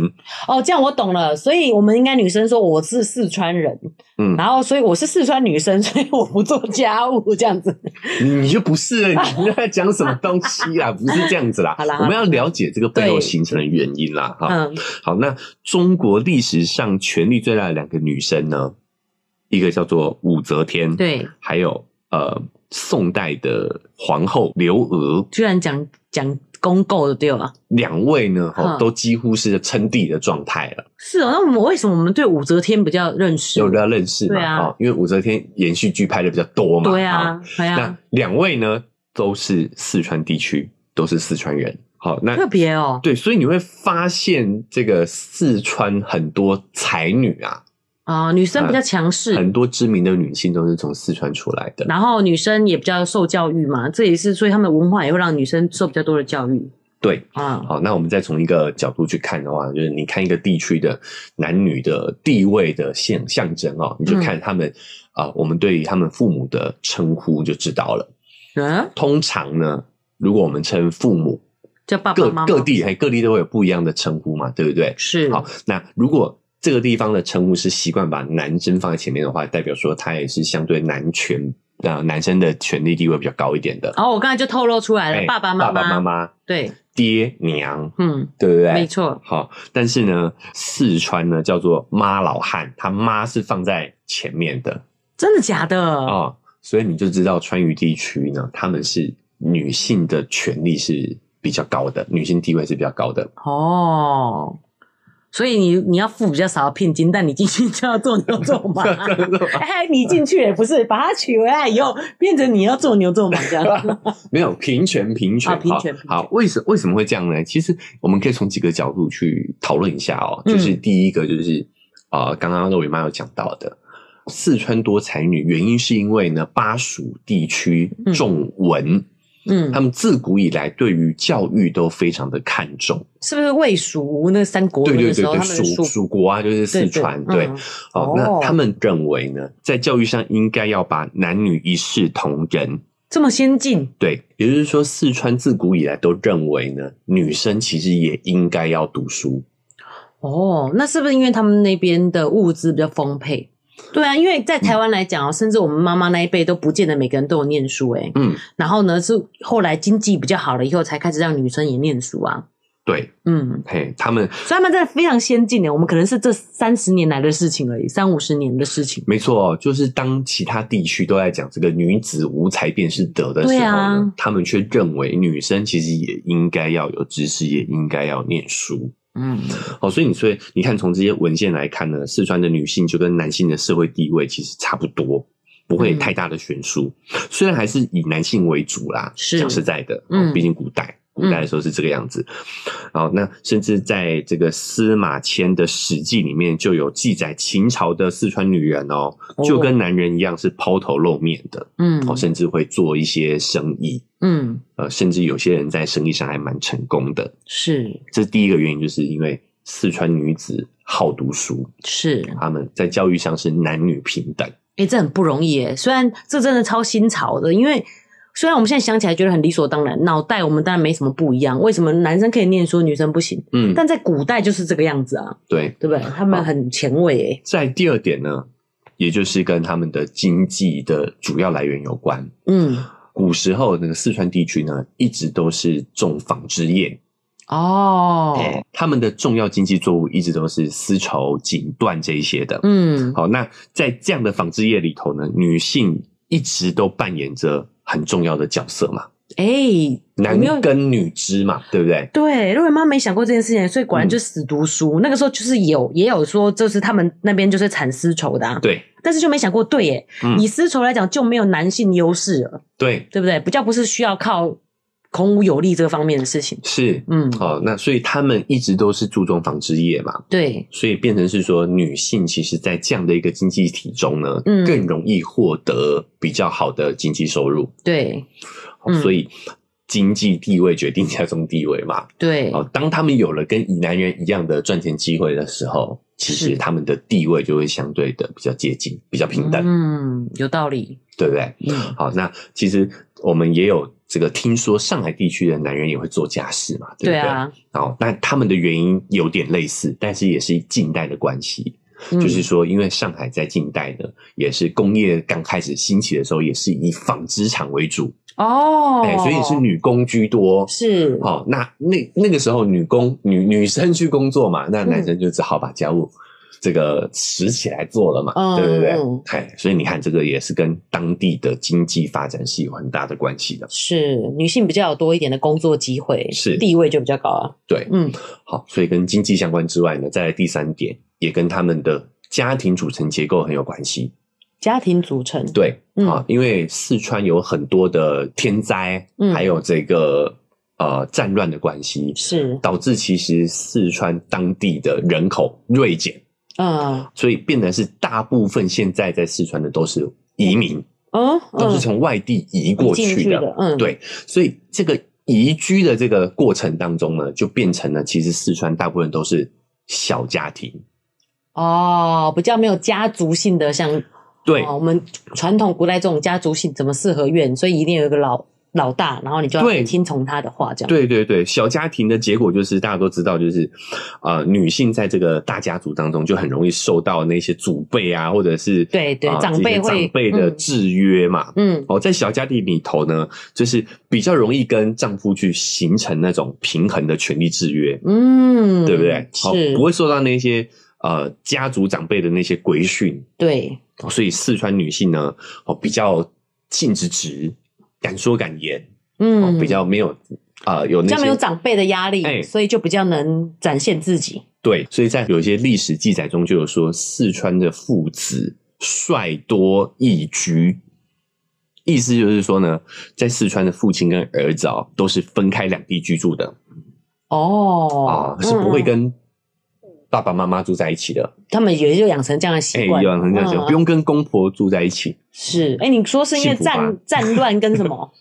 Speaker 1: 哦，这样我懂了。所以我们应该女生说我是四川人，
Speaker 2: 嗯，
Speaker 1: 然后所以我是四川女生，所以我不做家务这样子。
Speaker 2: 你你就不是 (laughs) 了，你在讲什么东西
Speaker 1: (laughs)
Speaker 2: 啦？不是这样子啦，
Speaker 1: 好啦
Speaker 2: 我们要了解这个背后
Speaker 1: 对
Speaker 2: 形成的原因啦。哈、
Speaker 1: 嗯，
Speaker 2: 好，那中国历史上权力最大的两个女生呢，一个叫做武则天，，
Speaker 1: 对，
Speaker 2: 还有呃宋代的皇后刘娥，
Speaker 1: 居然讲讲公购的对吧？
Speaker 2: 两位呢，哈、
Speaker 1: 嗯
Speaker 2: 都几乎是称帝的状态了。
Speaker 1: 是哦，那我们为什么我们对武则天比较认识？
Speaker 2: 有要认识嘛？
Speaker 1: 对啊
Speaker 2: 哦因为武则天延续剧拍的比较多嘛。
Speaker 1: 对
Speaker 2: 啊
Speaker 1: 啊，对
Speaker 2: 那
Speaker 1: 啊，
Speaker 2: 两位呢，都是四川地区，都是四川人。好，那
Speaker 1: 特别哦。
Speaker 2: 呃对，所以你会发现这个四川很多才女啊，
Speaker 1: 啊、女生比较强势，
Speaker 2: 呃很多知名的女性都是从四川出来的。
Speaker 1: 然后女生也比较受教育嘛，这也是所以他们文化也会让女生受比较多的教育
Speaker 2: 对，
Speaker 1: 啊。
Speaker 2: 好，那我们再从一个角度去看的话，就是你看一个地区的男女的地位的象象征哦，
Speaker 1: 嗯
Speaker 2: 你就看他们啊、我们对于他们父母的称呼就知道了。
Speaker 1: 嗯，
Speaker 2: 通常呢，如果我们称父母，
Speaker 1: 叫爸爸
Speaker 2: 各
Speaker 1: 妈妈
Speaker 2: 各地还各地都会有不一样的称呼嘛，对不对？
Speaker 1: 是
Speaker 2: 好，那如果这个地方的称呼是习惯把男生放在前面的话，代表说他也是相对男权呃男生的权利地位比较高一点的。
Speaker 1: 哦然后我刚才就透露出来了，
Speaker 2: 哎
Speaker 1: 呃爸爸妈
Speaker 2: 爸爸妈妈、
Speaker 1: 对，
Speaker 2: 爹娘，
Speaker 1: 嗯，
Speaker 2: 对不
Speaker 1: 没
Speaker 2: 对？
Speaker 1: 错，
Speaker 2: 好，但是呢，四川呢叫做妈老汉，他妈是放在前面的
Speaker 1: 真的假的？
Speaker 2: 啊、哦所以你就知道川渝地区呢，他们是女性的权利是比较高的，女性地位是比较高的。
Speaker 1: 哦所以你你要付比较少的聘金，但你进去就要做牛做
Speaker 2: (laughs)
Speaker 1: 马。 (laughs) 哎，你进去也不是把它娶回来以后，变成你要做牛做马这样。
Speaker 2: (laughs) 没有平权，平权，
Speaker 1: 啊平权
Speaker 2: 好
Speaker 1: 平权
Speaker 2: 好，为什为什么会这样呢？其实我们可以从几个角度去讨论一下哦。
Speaker 1: 嗯
Speaker 2: 就是第一个，就是啊、呃刚刚肉圆妈有讲到的，四川多才女，原因是因为呢，巴蜀地区
Speaker 1: 嗯
Speaker 2: 重文，
Speaker 1: 嗯
Speaker 2: 他，们自古以来对于教育都非常的看重。
Speaker 1: 是不是魏蜀那三国
Speaker 2: 对
Speaker 1: 文的
Speaker 2: 对对
Speaker 1: 时候，
Speaker 2: 对，
Speaker 1: 他们
Speaker 2: 蜀蜀国啊，就是四川，对。
Speaker 1: 嗯
Speaker 2: 哦
Speaker 1: 哦，
Speaker 2: 那他们认为呢，在教育上应该要把男女一视同仁。
Speaker 1: 这么先进，
Speaker 2: 对，也就是说，四川自古以来都认为呢，女生其实也应该要读书。
Speaker 1: 哦，那是不是因为他们那边的物资比较丰沛？对啊，因为在台湾来讲哦，甚至我们妈妈那一辈都不见得每个人都有念书诶、
Speaker 2: 嗯，
Speaker 1: 然后呢，是后来经济比较好了以后，才开始让女生也念书啊。
Speaker 2: 对，
Speaker 1: 嗯，
Speaker 2: 嘿，他们
Speaker 1: 所以他们真的非常先进的，哎我们可能是这三十年来的事情而已，三五十年的事情。
Speaker 2: 没错，就是当其他地区都在讲这个女子无才便是德的时候
Speaker 1: 对
Speaker 2: 呢，
Speaker 1: 啊
Speaker 2: 他们却认为女生其实也应该要有知识，也应该要念书。
Speaker 1: 嗯，
Speaker 2: 哦，所以你所以你看，从这些文献来看呢，四川的女性就跟男性的社会地位其实差不多，不会有太大的悬殊。虽然还是以男性为主啦，
Speaker 1: 是
Speaker 2: 讲实在的，
Speaker 1: 嗯
Speaker 2: 嗯，毕竟古代。古代的时候是这个样子，哦，那甚至在这个司马迁的《史记》里面就有记载，秦朝的四川女人哦，就跟男人一样是抛头露面的，
Speaker 1: 嗯
Speaker 2: 哦，甚至会做一些生意，
Speaker 1: 嗯
Speaker 2: 呃，甚至有些人在生意上还蛮成功的。
Speaker 1: 是
Speaker 2: 这是第一个原因，就是因为四川女子好读书，
Speaker 1: 是，
Speaker 2: 她们在教育上是男女平等。
Speaker 1: 哎、这很不容易哎。虽然这真的超新潮的，因为虽然我们现在想起来觉得很理所当然，脑袋我们当然没什么不一样。为什么男生可以念书，女生不行？
Speaker 2: 嗯，
Speaker 1: 但在古代就是这个样子啊，
Speaker 2: 对。
Speaker 1: 对不对？他们很前卫哎。
Speaker 2: 在第二点呢，也就是跟他们的经济的主要来源有关。
Speaker 1: 嗯，
Speaker 2: 古时候那个四川地区呢，一直都是重纺织业，
Speaker 1: 哦，
Speaker 2: 哎他们的重要经济作物一直都是丝绸、锦缎这一些的。
Speaker 1: 嗯，
Speaker 2: 好，那在这样的纺织业里头呢，女性一直都扮演着很重要的角色嘛，
Speaker 1: 哎、我
Speaker 2: 男
Speaker 1: 没有
Speaker 2: 耕女织嘛，对不对？
Speaker 1: 对，瑞文妈没想过这件事情，所以果
Speaker 2: 嗯
Speaker 1: 然就死读书。那个时候就是有也有说，就是他们那边就是产丝绸的、啊，
Speaker 2: 对，
Speaker 1: 但是就没想过，对耶，
Speaker 2: 嗯
Speaker 1: 以丝绸来讲就没有男性优势了，
Speaker 2: 对，
Speaker 1: 对不对？比较不是需要靠孔武有力这方面的事情。
Speaker 2: 是，
Speaker 1: 嗯，
Speaker 2: 哦，那所以他们一直都是注重纺织业嘛，
Speaker 1: 对，
Speaker 2: 所以变成是说，女性其实在这样的一个经济体中呢，
Speaker 1: 嗯
Speaker 2: 更容易获得比较好的经济收入，
Speaker 1: 对，
Speaker 2: 哦
Speaker 1: 嗯
Speaker 2: 所以经济地位决定家中地位嘛。
Speaker 1: 对，
Speaker 2: 哦，当他们有了跟以男人一样的赚钱机会的时候，其
Speaker 1: 是
Speaker 2: 实他们的地位就会相对的比较接近，比较平等，
Speaker 1: 嗯，有道
Speaker 2: (laughs)
Speaker 1: 理。
Speaker 2: 对不对？
Speaker 1: 嗯，
Speaker 2: 好，那其实我们也有这个听说上海地区的男人也会做家事嘛，对不
Speaker 1: 对
Speaker 2: 对？
Speaker 1: 啊，
Speaker 2: 哦，那他们的原因有点类似，但是也是近代的关系，
Speaker 1: 嗯
Speaker 2: 就是说，因为上海在近代呢，也是工业刚开始兴起的时候，也是以纺织厂为主，
Speaker 1: 哦，
Speaker 2: 哎、所以是女工居多。
Speaker 1: 是
Speaker 2: 好、哦，那那那个时候女工女女生去工作嘛，那
Speaker 1: 嗯
Speaker 2: 男生就只好把家务这个拾起来做了嘛，
Speaker 1: 嗯
Speaker 2: 对不对
Speaker 1: 嗯？
Speaker 2: 哎、所以你看，这个也是跟当地的经济发展是有很大的关系的。
Speaker 1: 是，女性比较有多一点的工作机会，
Speaker 2: 是
Speaker 1: 地位就比较高啊。
Speaker 2: 对，
Speaker 1: 嗯，
Speaker 2: 好，所以跟经济相关之外呢，再来第三点，也跟他们的家庭组成结构很有关系。
Speaker 1: 家庭组成，
Speaker 2: 对，
Speaker 1: 嗯
Speaker 2: 啊，因为四川有很多的天灾，
Speaker 1: 嗯
Speaker 2: 还有这个呃战乱的关系，
Speaker 1: 是，
Speaker 2: 导致其实四川当地的人口锐减，
Speaker 1: 嗯，
Speaker 2: 所以变得是大部分现在在四川的都是移民，
Speaker 1: 哦，
Speaker 2: 都是
Speaker 1: 嗯
Speaker 2: 从外地移过
Speaker 1: 进
Speaker 2: 去
Speaker 1: 去
Speaker 2: 的。
Speaker 1: 的，嗯，
Speaker 2: 对，所以这个移居的这个过程当中呢，就变成了其实四川大部分都是小家庭。
Speaker 1: 哦，比较没有家族性的，像
Speaker 2: 对、
Speaker 1: 哦、我们传统古代这种家族性怎么四合院，所以一定有一个老老大，然后你就要
Speaker 2: 对
Speaker 1: 听从他的话，这样。
Speaker 2: 对对对，小家庭的结果就是大家都知道，就是呃，女性在这个大家族当中就很容易受到那些祖辈啊，或者是
Speaker 1: 对对
Speaker 2: 啊
Speaker 1: 长辈
Speaker 2: 这些
Speaker 1: 会
Speaker 2: 长辈的
Speaker 1: 嗯
Speaker 2: 制约嘛。
Speaker 1: 嗯，
Speaker 2: 哦，在小家庭里头呢，就是比较容易跟丈夫去形成那种平衡的权利制约。
Speaker 1: 嗯，
Speaker 2: 对不对？好
Speaker 1: 是，
Speaker 2: 不会受到那些呃家族长辈的那些规训，
Speaker 1: 对，
Speaker 2: 哦所以四川女性呢，哦比较尽职直，敢说敢言，哦
Speaker 1: 嗯，
Speaker 2: 比较没有呃有
Speaker 1: 比
Speaker 2: 那
Speaker 1: 较
Speaker 2: 些
Speaker 1: 没有长辈的压力，
Speaker 2: 哎
Speaker 1: 所以就比较能展现自己。
Speaker 2: 对，所以在有一些历史记载中就有说，四川的父子率多易居。意思就是说呢，在四川的父亲跟儿子哦，都是分开两地居住的啊、
Speaker 1: 哦，
Speaker 2: 是不会
Speaker 1: 嗯、
Speaker 2: 跟爸爸妈妈住在一起的。
Speaker 1: 他们也就养成这样的
Speaker 2: 哎、
Speaker 1: 习惯，
Speaker 2: 养成这样子，
Speaker 1: 嗯
Speaker 2: 不用跟公婆住在一起。
Speaker 1: 是。哎，你说是因为
Speaker 2: 幸福吧
Speaker 1: 战战乱跟什么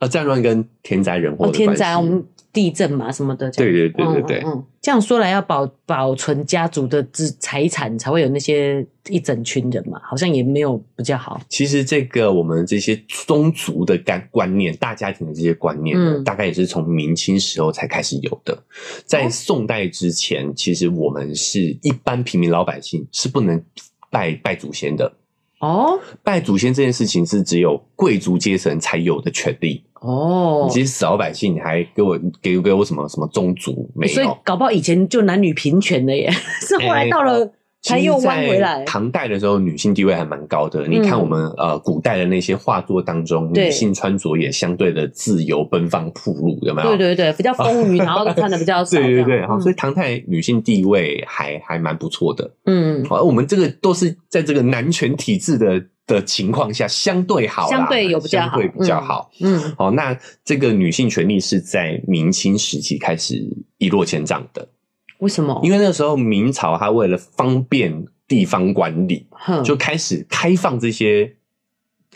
Speaker 2: 呃，战乱跟天灾人祸
Speaker 1: 哦，
Speaker 2: 的关系、
Speaker 1: 天灾，我们地震嘛什么的这样，
Speaker 2: 对对对对对
Speaker 1: 嗯嗯嗯这样说来要保保存家族的资财产，才会有那些一整群人嘛，好像也没有比较好。
Speaker 2: 其实这个我们这些宗族的概观念、大家庭的这些观念呢，
Speaker 1: 嗯
Speaker 2: 大概也是从明清时候才开始有的。
Speaker 1: 哦
Speaker 2: 在宋代之前，其实我们是一般平民老百姓是不能拜拜祖先的。
Speaker 1: 哦
Speaker 2: 拜祖先这件事情是只有贵族阶层才有的权利，
Speaker 1: 哦
Speaker 2: 你，其实死老百姓，你还给我给给我什么什么宗族没
Speaker 1: 所以
Speaker 2: 有？
Speaker 1: 搞不好以前就男女平权的耶， (laughs) 是后来到了才又弯回
Speaker 2: 其实在
Speaker 1: 来。嗯
Speaker 2: 唐代的时候，女性地位还蛮高的。你看我们呃古代的那些画作当中，
Speaker 1: 对
Speaker 2: 女性穿着也相对的自由奔放、铺路，有没有？
Speaker 1: 对对对，比较丰腴，然后穿的比较
Speaker 2: (laughs)
Speaker 1: 少。
Speaker 2: 对对
Speaker 1: 这
Speaker 2: 对，
Speaker 1: 样嗯
Speaker 2: 好，所以唐代女性地位还还蛮不错的。
Speaker 1: 嗯，嗯
Speaker 2: 好，我们这个都是在这个男权体制的的情况下，相对好啦，
Speaker 1: 相对有比较好
Speaker 2: 相对比较好。
Speaker 1: 嗯，
Speaker 2: 哦，那这个女性权利是在明清时期开始一落千丈的，
Speaker 1: 为什么？
Speaker 2: 因为那时候明朝它为了方便地方管理，
Speaker 1: 哼
Speaker 2: 就开始开放这些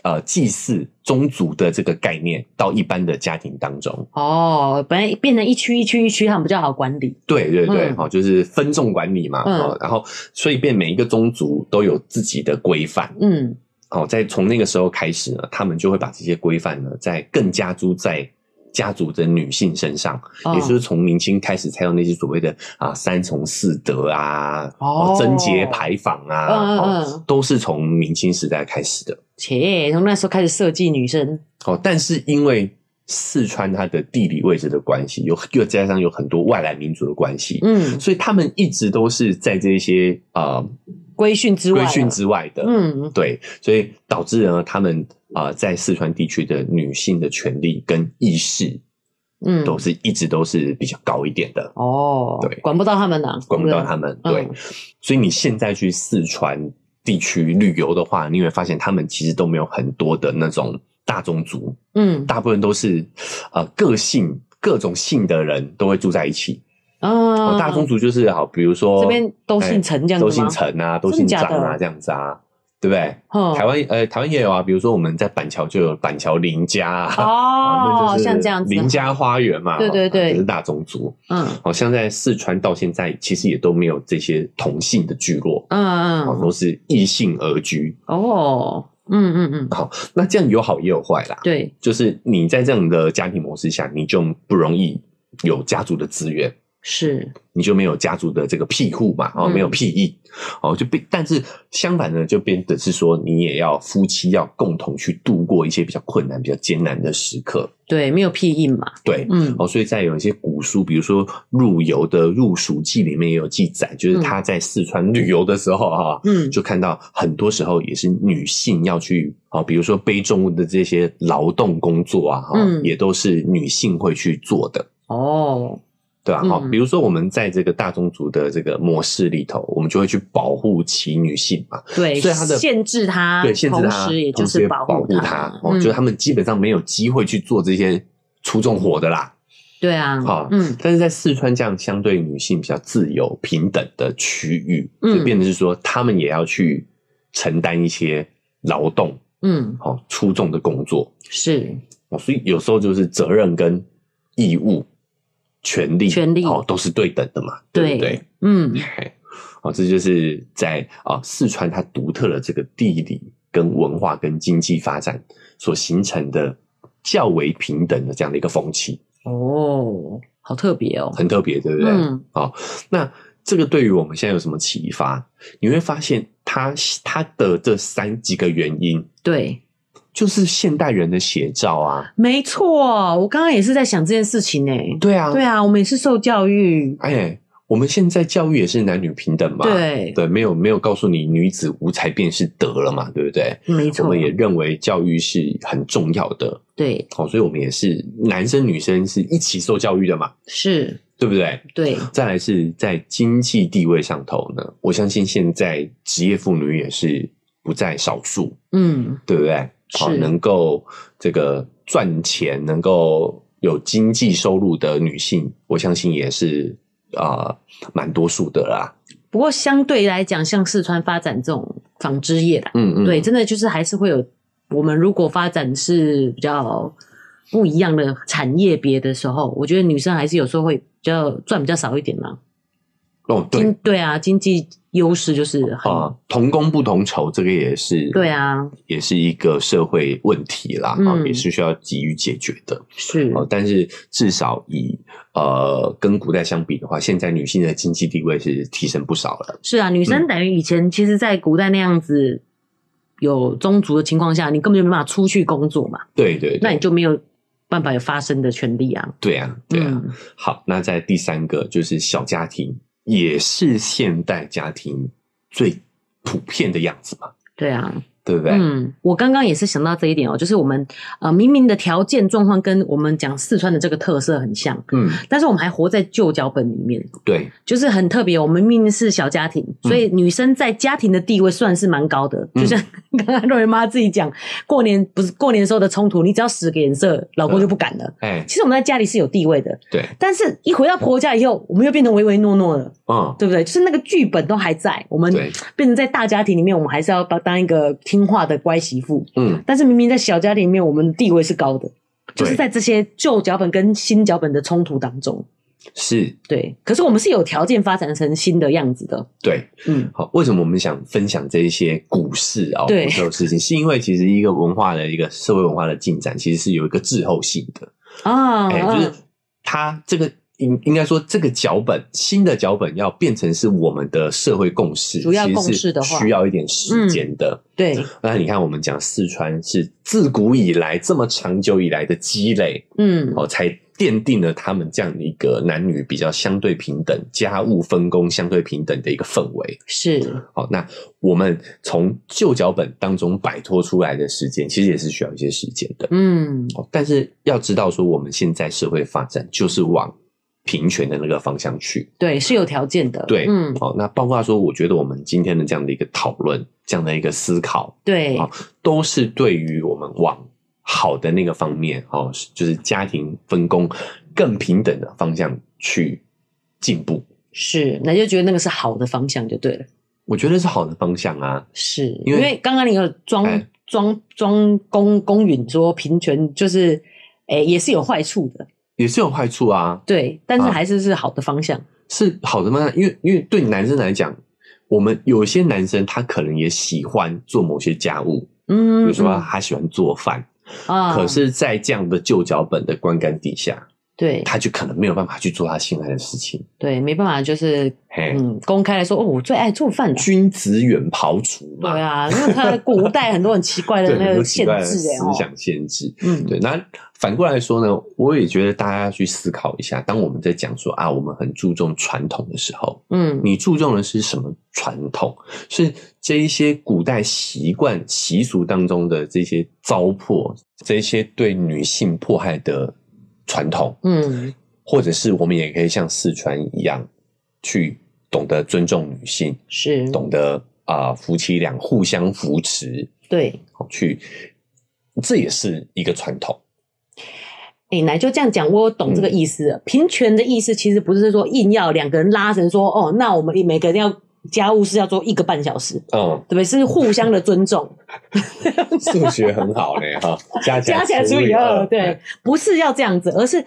Speaker 2: 呃祭祀宗族的这个概念到一般的家庭当中。
Speaker 1: 哦，本来变成一区一区一区，他们比较好管理。
Speaker 2: 对对对，
Speaker 1: 嗯
Speaker 2: 哦，就是分众管理嘛，
Speaker 1: 嗯
Speaker 2: 哦，然后所以变每一个宗族都有自己的规范。
Speaker 1: 嗯，
Speaker 2: 哦，在从那个时候开始呢，他们就会把这些规范呢，再更加诸在家族的女性身上。
Speaker 1: 哦
Speaker 2: 也就是从明清开始才有那些所谓的啊三从四德啊，
Speaker 1: 哦
Speaker 2: 贞节牌坊啊，
Speaker 1: 嗯嗯
Speaker 2: 哦
Speaker 1: 嗯，
Speaker 2: 都是从明清时代开始的。
Speaker 1: 切，从那时候开始设计女生。
Speaker 2: 哦，但是因为四川它的地理位置的关系，有又加上有很多外来民族的关系，
Speaker 1: 嗯，
Speaker 2: 所以他们一直都是在这些呃
Speaker 1: 规训之外
Speaker 2: 规
Speaker 1: 了，
Speaker 2: 训之外的。
Speaker 1: 嗯，
Speaker 2: 对，所以导致呢，他们啊、呃在四川地区的女性的权利跟意识
Speaker 1: 嗯
Speaker 2: 都是一直都是比较高一点的。
Speaker 1: 哦，
Speaker 2: 对
Speaker 1: 管不到他们呐、
Speaker 2: 管不到他们。
Speaker 1: 嗯
Speaker 2: 对，所以你现在去四川地区旅游的话，你会发现他们其实都没有很多的那种大宗族，
Speaker 1: 嗯
Speaker 2: 大部分都是呃个性各种姓的人都会住在一起。
Speaker 1: 啊
Speaker 2: 哦，大宗族就是好，比如说
Speaker 1: 这边都姓陈这样子吗
Speaker 2: 哎都姓陈啊，都姓张啊，这样子啊。对不对？
Speaker 1: 哼
Speaker 2: 台湾呃，台湾也有啊，比如说我们在板桥就有板桥林家 (laughs) 啊，
Speaker 1: 哦，
Speaker 2: 啊那就是
Speaker 1: 像这样子，
Speaker 2: 林家花园嘛，
Speaker 1: 对对对
Speaker 2: 啊这是大宗族。
Speaker 1: 嗯
Speaker 2: 好像在四川到现在，其实也都没有这些同性的聚落，
Speaker 1: 嗯
Speaker 2: 好
Speaker 1: 嗯，
Speaker 2: 都是异性而居。
Speaker 1: 哦，嗯嗯嗯，
Speaker 2: 那这样有好也有坏啦，
Speaker 1: 对，
Speaker 2: 就是你在这样的家庭模式下，你就不容易有家族的资源，
Speaker 1: 是，
Speaker 2: 你就没有家族的这个庇护嘛，哦，
Speaker 1: 嗯
Speaker 2: 没有庇义，哦，就变。但是相反呢，就变得是说，你也要夫妻要共同去度过一些比较困难、比较艰难的时刻，
Speaker 1: 对，没有屁印嘛，
Speaker 2: 对。
Speaker 1: 嗯
Speaker 2: 哦，所以在有一些古书，比如说《陆游的《入蜀记》里面也有记载，就是他在四川旅游的时候哈、
Speaker 1: 嗯，
Speaker 2: 就看到很多时候也是女性要去哦，比如说背重物的这些劳动工作啊，哈、
Speaker 1: 嗯
Speaker 2: 也都是女性会去做的。
Speaker 1: 哦，
Speaker 2: 对吧？
Speaker 1: 嗯
Speaker 2: 哈、比如说我们在这个大宗族的这个模式里头，我们就会去保护其女性嘛，
Speaker 1: 对，
Speaker 2: 所以他的
Speaker 1: 限制他，
Speaker 2: 对，限制她，
Speaker 1: 啊同时也就
Speaker 2: 同时
Speaker 1: 是
Speaker 2: 也
Speaker 1: 保
Speaker 2: 保护
Speaker 1: 他
Speaker 2: 她，哦，
Speaker 1: 嗯
Speaker 2: 就是他们基本上没有机会去做这些出重活的啦。
Speaker 1: 对啊
Speaker 2: 好，
Speaker 1: 嗯
Speaker 2: 但是在四川这样相对女性比较自由平等的区域，
Speaker 1: 嗯
Speaker 2: 就变成是说，她们也要去承担一些劳动，
Speaker 1: 嗯，
Speaker 2: 好、哦、出众的工作、
Speaker 1: 是，
Speaker 2: 哦，所以有时候就是责任跟义务、权利、
Speaker 1: 权利
Speaker 2: 哦，都是对等的嘛，对
Speaker 1: 对
Speaker 2: 不对？
Speaker 1: 嗯
Speaker 2: 嘿哦，这就是在啊、四川它独特的这个地理、跟文化、跟经济发展所形成的较为平等的这样的一个风气，
Speaker 1: 哦，好特别哦，
Speaker 2: 很特别，对不对？
Speaker 1: 嗯
Speaker 2: 那这个对于我们现在有什么启发？你会发现它它的这三几个原因，
Speaker 1: 对，
Speaker 2: 就是现代人的写照啊，
Speaker 1: 没错，我刚刚也是在想这件事情呢、
Speaker 2: 对啊，
Speaker 1: 对啊，我们也是受教育，
Speaker 2: 哎，我们现在教育也是男女平等嘛，
Speaker 1: 对，
Speaker 2: 对，没有没有告诉你女子无才便是德了嘛，对不对？
Speaker 1: 没
Speaker 2: 我
Speaker 1: 错
Speaker 2: 们，也认为教育是很重要的，
Speaker 1: 对，
Speaker 2: 哦，所以我们也是男生女生是一起受教育的嘛，
Speaker 1: 是，
Speaker 2: 对不对？
Speaker 1: 对，
Speaker 2: 再来是在经济地位上头呢，我相信现在职业妇女也是不在少数，
Speaker 1: 嗯，
Speaker 2: 对不对？好，
Speaker 1: 是
Speaker 2: 能够这个赚钱，能够有经济收入的女性，我相信也是啊、呃蛮多数的啦。
Speaker 1: 不过相对来讲，像四川发展这种纺织业啦，
Speaker 2: 嗯嗯，
Speaker 1: 对，真的就是还是会有，我们如果发展是比较不一样的产业别的时候，我觉得女生还是有时候会比较赚比较少一点啦。
Speaker 2: 哦，对
Speaker 1: 经对啊，经济优势就是很、
Speaker 2: 啊，同工不同酬，这个也是
Speaker 1: 对，啊，
Speaker 2: 也是一个社会问题啦，啊，
Speaker 1: 嗯
Speaker 2: 也是需要急于解决的。
Speaker 1: 是
Speaker 2: 哦，但是至少以呃跟古代相比的话，现在女性的经济地位是提升不少了。
Speaker 1: 是啊，女
Speaker 2: 嗯
Speaker 1: 生等于以前其实，在古代那样子有宗族的情况下，你根本就没办法出去工作嘛，
Speaker 2: 对对
Speaker 1: 那
Speaker 2: 对，
Speaker 1: 你就没有办法有发声的权利啊。
Speaker 2: 对啊，对啊。
Speaker 1: 嗯
Speaker 2: 好，那在第三个就是小家庭，也是现代家庭最普遍的样子嘛，
Speaker 1: 对啊，
Speaker 2: 对不对？
Speaker 1: 嗯，我刚刚也是想到这一点哦，就是我们呃明明的条件状况跟我们讲四川的这个特色很像，
Speaker 2: 嗯，
Speaker 1: 但是我们还活在旧脚本里面，
Speaker 2: 对，
Speaker 1: 就是很特别。我们明明是小家庭，
Speaker 2: 嗯
Speaker 1: 所以女生在家庭的地位算是蛮高的。
Speaker 2: 嗯
Speaker 1: 就像 (laughs) 刚刚瑞妈自己讲，过年不是过年时候的冲突，你只要使个眼色，老公就不敢了。
Speaker 2: 哎，
Speaker 1: 其实我们在家里是有地位的，
Speaker 2: 对，
Speaker 1: 但是一回到婆家以后，我们又变得唯唯诺诺了，
Speaker 2: 嗯，
Speaker 1: 对不对？就是那个剧本都还在，我们
Speaker 2: 对，
Speaker 1: 变成在大家庭里面，我们还是要当当一个听话的乖媳妇。
Speaker 2: 嗯，
Speaker 1: 但是明明在小家庭里面，我们的地位是高的，就是
Speaker 2: 对
Speaker 1: 在这些旧脚本跟新脚本的冲突当中，
Speaker 2: 是，
Speaker 1: 对。可是我们是有条件发展成新的样子的，
Speaker 2: 对。
Speaker 1: 嗯，
Speaker 2: 好，为什么我们想分享这一些股市啊、
Speaker 1: 对
Speaker 2: 股市的事情？是因为其实一个文化的一个社会文化的进展，其实是有一个滞后性的。
Speaker 1: 啊，
Speaker 2: 哎、就是它这个应应该说这个脚本新的脚本要变成是我们的社会共识，
Speaker 1: 主要
Speaker 2: 其实
Speaker 1: 共识的
Speaker 2: 是
Speaker 1: 话嗯
Speaker 2: 需要一点时间的。
Speaker 1: 对，
Speaker 2: 那你看，我们讲四川是自古以来这么长久以来的积累，
Speaker 1: 嗯，
Speaker 2: 哦，才奠定了他们这样一个男女比较相对平等、家务分工相对平等的一个氛围。
Speaker 1: 是
Speaker 2: 好，那我们从旧脚本当中摆脱出来的时间，其实也是需要一些时间的。
Speaker 1: 嗯，
Speaker 2: 哦，但是要知道说，我们现在社会发展就是往平权的那个方向去。
Speaker 1: 对，是有条件的，
Speaker 2: 对，
Speaker 1: 嗯，
Speaker 2: 哦，那包括说，我觉得我们今天的这样的一个讨论，这样的一个思考，
Speaker 1: 对，
Speaker 2: 好都是对于我们往好的那个方面，哦，是就是家庭分工更平等的方向去进步。
Speaker 1: 是，那就觉得那个是好的方向就对了。
Speaker 2: 我觉得是好的方向啊，
Speaker 1: 是
Speaker 2: 因
Speaker 1: 因
Speaker 2: 为
Speaker 1: 为刚刚你有装
Speaker 2: 哎
Speaker 1: 装装公公允说平权就是，诶、也是有坏处的，
Speaker 2: 也是有坏处啊，
Speaker 1: 对，但是
Speaker 2: 啊
Speaker 1: 还是是好的方向，
Speaker 2: 是好的方向，因为因为对男生来讲，我们有些男生他可能也喜欢做某些家务，比
Speaker 1: 嗯，
Speaker 2: 如说
Speaker 1: 嗯
Speaker 2: 他喜欢做饭，
Speaker 1: 啊
Speaker 2: 可是，在这样的旧脚本的观感底下，
Speaker 1: 对
Speaker 2: 他就可能没有办法去做他心爱的事情。
Speaker 1: 对，没办法，就是
Speaker 2: 嘿，啊
Speaker 1: 嗯，公开来说，哦，我最爱做饭了。
Speaker 2: 君子远庖厨嘛，
Speaker 1: 对啊，因为他古代很多很奇怪的
Speaker 2: (laughs) 对，
Speaker 1: 那
Speaker 2: 很多
Speaker 1: 个
Speaker 2: 奇
Speaker 1: 限
Speaker 2: 怪的
Speaker 1: 制哎、
Speaker 2: 思
Speaker 1: 哦，
Speaker 2: 想限制。
Speaker 1: 嗯，
Speaker 2: 对，那反过来说呢，我也觉得大家要去思考一下，当我们在讲说啊，我们很注重传统的时候，
Speaker 1: 嗯，
Speaker 2: 你注重的是什么传统？是这一些古代习惯习俗当中的这些糟粕，这一些对女性迫害的传统，
Speaker 1: 嗯，
Speaker 2: 或者是我们也可以像四川一样，去懂得尊重女性，
Speaker 1: 是，
Speaker 2: 懂得啊、夫妻俩互相扶持，
Speaker 1: 对。
Speaker 2: 好去，这也是一个传统。
Speaker 1: 哎、奶就这样讲，我有懂这
Speaker 2: 嗯
Speaker 1: 个意思了。平权的意思其实不是说硬要两个人拉成说，哦，那我们每个人要家务事要做一个半小时，
Speaker 2: 嗯，
Speaker 1: 对不对？是互相的尊
Speaker 2: (laughs)
Speaker 1: 重，
Speaker 2: 数学很好呢，
Speaker 1: (laughs)
Speaker 2: 哈，加起来
Speaker 1: 加起来除以二，对，，不是要这样子，而是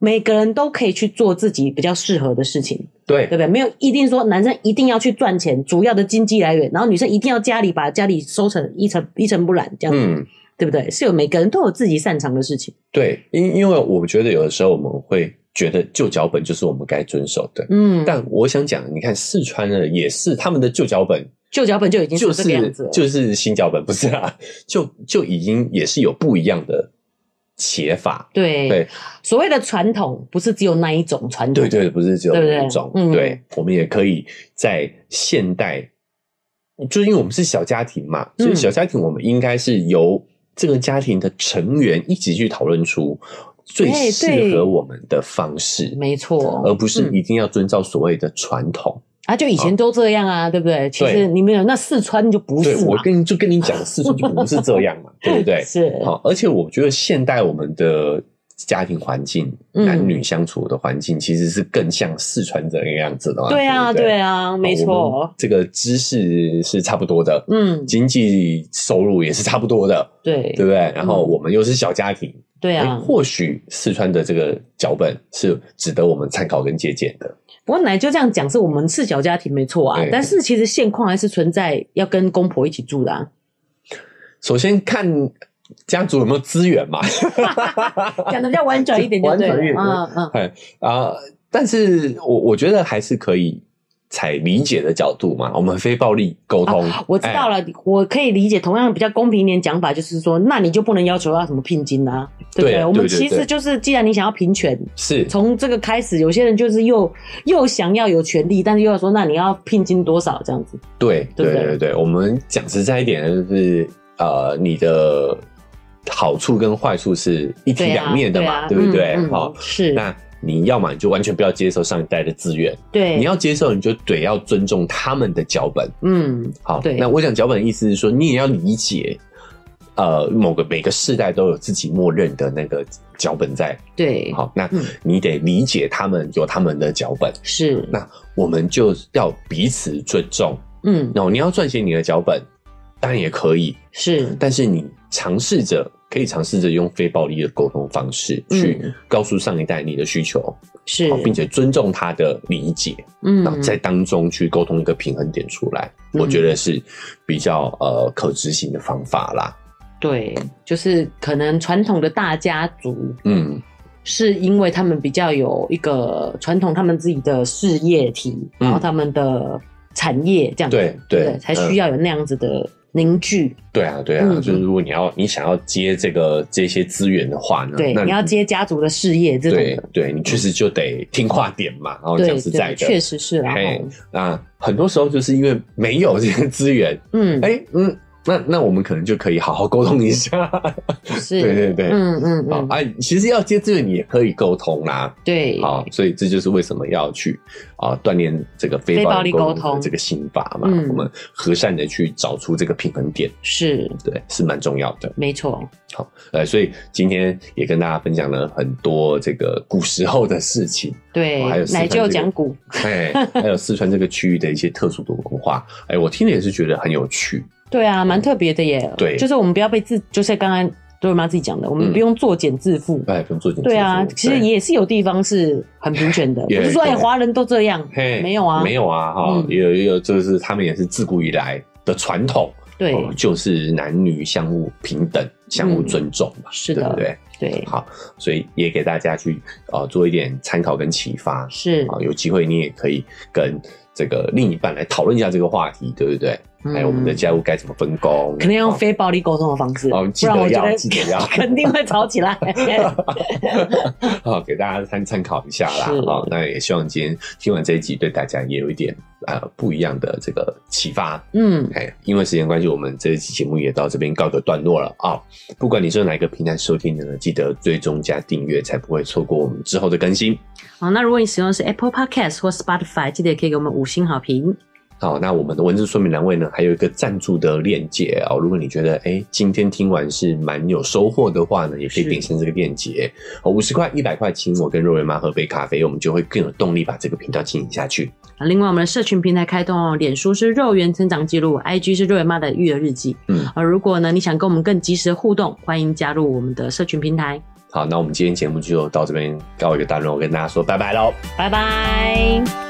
Speaker 1: 每个人都可以去做自己比较适合的事情，
Speaker 2: 对
Speaker 1: 对不对？没有一定说男生一定要去赚钱，主要的经济来源，然后女生一定要家里把家里收成一尘一尘不染，这样子，
Speaker 2: 嗯。
Speaker 1: 对不对？是有每个人都有自己擅长的事情，
Speaker 2: 对，因因为我觉得有的时候我们会觉得旧脚本就是我们该遵守的，
Speaker 1: 嗯，
Speaker 2: 但我想讲，你看四川的也是他们的旧脚本，
Speaker 1: 旧脚本就已经
Speaker 2: 就是
Speaker 1: 这个样子
Speaker 2: 是
Speaker 1: 了，
Speaker 2: 就是新脚本，不是啊，就就已经也是有不一样的写法。
Speaker 1: 对
Speaker 2: 对
Speaker 1: 所谓的传统不是只有那一种传统，
Speaker 2: 对对，不是只有
Speaker 1: 对不对
Speaker 2: 一种，
Speaker 1: 嗯
Speaker 2: 对我们也可以在现代，就因为我们是小家庭嘛，所以
Speaker 1: 嗯
Speaker 2: 小家庭我们应该是由这个家庭的成员一起去讨论出最
Speaker 1: 哎
Speaker 2: 适
Speaker 1: 对
Speaker 2: 合我们的方式。
Speaker 1: 没错，
Speaker 2: 而不是
Speaker 1: 嗯
Speaker 2: 一定要遵照所谓的传统。
Speaker 1: 啊，就以前都这样啊，对不对？其
Speaker 2: 对
Speaker 1: 实你们有那四川就不
Speaker 2: 对
Speaker 1: 是啊
Speaker 2: 我
Speaker 1: 嘛，
Speaker 2: 跟就跟你讲，四川就不是这样
Speaker 1: (laughs)
Speaker 2: 嘛，对不对？
Speaker 1: 是，
Speaker 2: 好，而且我觉得现代我们的家庭环境、
Speaker 1: 嗯
Speaker 2: 男女相处的环境，其实是更像四川这个样子的嘛。
Speaker 1: 对啊，
Speaker 2: 不对
Speaker 1: 对啊，没
Speaker 2: 好我们
Speaker 1: 错，
Speaker 2: 这个知识是差不多的，
Speaker 1: 嗯，
Speaker 2: 经济收入也是差不多的，
Speaker 1: 对
Speaker 2: 对不对？然后我们又是小家庭，
Speaker 1: 对
Speaker 2: 诶
Speaker 1: 啊，
Speaker 2: 或许四川的这个脚本是值得我们参考跟借鉴的。
Speaker 1: 不过奶就这样讲，是我们是小家庭没错啊
Speaker 2: 对，
Speaker 1: 但是其实现况还是存在要跟公婆一起住的
Speaker 2: (laughs)
Speaker 1: 啊，
Speaker 2: 首先看家族有没有资源嘛， (laughs)
Speaker 1: 讲的比较婉转一点就对
Speaker 2: 婉转一点
Speaker 1: 了，嗯嗯，
Speaker 2: 哎啊、但是我我觉得还是可以采理解的角度嘛，我们非暴力沟通、
Speaker 1: 啊
Speaker 2: 哎
Speaker 1: 我知道
Speaker 2: 了，
Speaker 1: 了，我可以理解。同样比较公平一点讲法，就是说，那你就不能要求要什么聘金啊，对不
Speaker 2: 对
Speaker 1: 对？
Speaker 2: 啊
Speaker 1: 我
Speaker 2: 对
Speaker 1: 们
Speaker 2: 对
Speaker 1: 其
Speaker 2: 对
Speaker 1: 实就是，既然你想要平权，
Speaker 2: 是
Speaker 1: 从这个开始，有些人就是又又想要有权利，但是又要说，那你要聘金多少这样子？
Speaker 2: 对
Speaker 1: 对不
Speaker 2: 对
Speaker 1: 对
Speaker 2: 对对，我们讲实在一点，就是呃，你的好处跟坏处是一体
Speaker 1: 对啊，
Speaker 2: 两面的嘛，
Speaker 1: 啊
Speaker 2: 对不对
Speaker 1: 嗯？嗯
Speaker 2: 好，
Speaker 1: 是，
Speaker 2: 那你要么你就完全不要接受上一代的资源，
Speaker 1: 对，
Speaker 2: 你要接受你就得要尊重他们的脚本。
Speaker 1: 嗯，
Speaker 2: 好，
Speaker 1: 对
Speaker 2: 那我讲脚本的意思是说，你也要理解，呃，某个每个世代都有自己默认的那个脚本在。
Speaker 1: 对，
Speaker 2: 好，那
Speaker 1: 嗯
Speaker 2: 你得理解他们有他们的脚本，
Speaker 1: 是，
Speaker 2: 那我们就要彼此尊重。
Speaker 1: 嗯，
Speaker 2: 哦那你要撰写你的脚本，当然也可以，
Speaker 1: 是，
Speaker 2: 但是你尝试着可以尝试着用非暴力的沟通方式去
Speaker 1: 嗯
Speaker 2: 告诉上一代你的需求，
Speaker 1: 是
Speaker 2: 好，并且尊重他的理解，然后
Speaker 1: 嗯，
Speaker 2: 在当中去沟通一个平衡点出来，
Speaker 1: 嗯
Speaker 2: 我觉得是比较呃可执行的方法啦。
Speaker 1: 对，就是可能传统的大家族
Speaker 2: 嗯，
Speaker 1: 是因为他们比较有一个传统，他们自己的事业体，
Speaker 2: 嗯
Speaker 1: 然后他们的产业这样子，
Speaker 2: 对对
Speaker 1: 不才需要有那样子的凝聚。
Speaker 2: 对啊，对啊，
Speaker 1: 嗯
Speaker 2: 就是如果你要你想要接这个这些资源的话呢，
Speaker 1: 对
Speaker 2: 嗯那，
Speaker 1: 你要。接家族的事业这种
Speaker 2: 对
Speaker 1: 的，
Speaker 2: 对，你确实就得听话点嘛，然后
Speaker 1: 对
Speaker 2: 讲实在
Speaker 1: 对，
Speaker 2: 的，
Speaker 1: 确实是啦。
Speaker 2: 嘿
Speaker 1: 吼
Speaker 2: 那很多时候就是因为没有这个资源，
Speaker 1: 嗯，
Speaker 2: 哎、嗯，那那我们可能就可以好好沟通一下。 (laughs)
Speaker 1: 是，
Speaker 2: 对对对，
Speaker 1: 嗯嗯
Speaker 2: 好、
Speaker 1: 嗯，
Speaker 2: 啊，其实要接资源你也可以沟通啦。
Speaker 1: 对，
Speaker 2: 好，所以这就是为什么要去啊锻炼这个非
Speaker 1: 非
Speaker 2: 暴
Speaker 1: 暴力
Speaker 2: 力沟
Speaker 1: 沟
Speaker 2: 通的
Speaker 1: 通
Speaker 2: 这个心法嘛，
Speaker 1: 嗯
Speaker 2: 我们和善的去找出这个平衡点，
Speaker 1: 是
Speaker 2: 对，是蛮重要的。
Speaker 1: 没错，
Speaker 2: 好，呃，所以今天也跟大家分享了很多这个古时候的事情，
Speaker 1: 对
Speaker 2: 哦还有，四川
Speaker 1: 奶
Speaker 2: 这
Speaker 1: 就
Speaker 2: 个
Speaker 1: 讲古，
Speaker 2: 哎，还有四川这个区域的一些特殊的文化，哎，我听了也是觉得很有趣。
Speaker 1: 对啊，蛮特别的耶。
Speaker 2: 嗯对
Speaker 1: 就是我们不要被自，就是刚刚多瑞妈自己讲的，我
Speaker 2: 嗯
Speaker 1: 们不用作茧自缚。
Speaker 2: 哎，不用做点
Speaker 1: 对啊，
Speaker 2: 自己
Speaker 1: 其实也是有地方是很平权的，不
Speaker 2: 也
Speaker 1: 是说
Speaker 2: 对
Speaker 1: 哎华人都这样，
Speaker 2: 嘿，
Speaker 1: 没有啊，
Speaker 2: 没有啊，哈、
Speaker 1: 嗯
Speaker 2: 也有也有，就是他们也是自古以来的传统，
Speaker 1: 对嗯
Speaker 2: 哦就是男女相互平等、相互尊重嘛，
Speaker 1: 是
Speaker 2: 对
Speaker 1: 的
Speaker 2: 不对？
Speaker 1: 对，
Speaker 2: 好，所以也给大家去呃做一点参考跟启发啊、
Speaker 1: 是，
Speaker 2: 有机会你也可以跟这个另一半来讨论一下这个话题，对不对？
Speaker 1: 嗯
Speaker 2: 还有我们的家务该怎么分工，
Speaker 1: 可能要用
Speaker 2: 哦
Speaker 1: 非暴力沟通的方式，
Speaker 2: 哦记
Speaker 1: 不
Speaker 2: 得
Speaker 1: 然我觉
Speaker 2: 要
Speaker 1: 得
Speaker 2: 记得要
Speaker 1: (laughs) 肯定会吵
Speaker 2: (laughs)
Speaker 1: 起来。
Speaker 2: 哦好，给大家参参考一下啦。
Speaker 1: 是
Speaker 2: 好，那也希望今天听完这一集，对大家也有一点呃不一样的这个启发。
Speaker 1: 嗯，
Speaker 2: 哎，因为时间关系，我们这一期节目也到这边告一个段落了啊、不管你是用哪一个平台收听的呢，记得追踪加订阅，才不会错过我们之后的更新。
Speaker 1: 好，那如果你使用的是 Apple Podcast 或 Spotify，记得也可以给我们五星好评。
Speaker 2: 好，那我们的文字说明栏位呢，还有一个赞助的链接哦。如果你觉得哎，今天听完是蛮有收获的话呢，也可以
Speaker 1: 是
Speaker 2: 点上这个链接。哦，五十块、一百块，请我跟若瑞妈喝杯咖啡，我们就会更有动力把这个频道经营下去。
Speaker 1: 啊另外，我们的社群平台开通哦，脸书是肉圆成长记录，IG 是肉圆妈的育儿日记。
Speaker 2: 嗯
Speaker 1: 而如果呢你想跟我们更及时的互动，欢迎加入我们的社群平台。
Speaker 2: 好，那我们今天节目就到这边告一个段落，我跟大家说拜拜喽。
Speaker 1: 拜拜。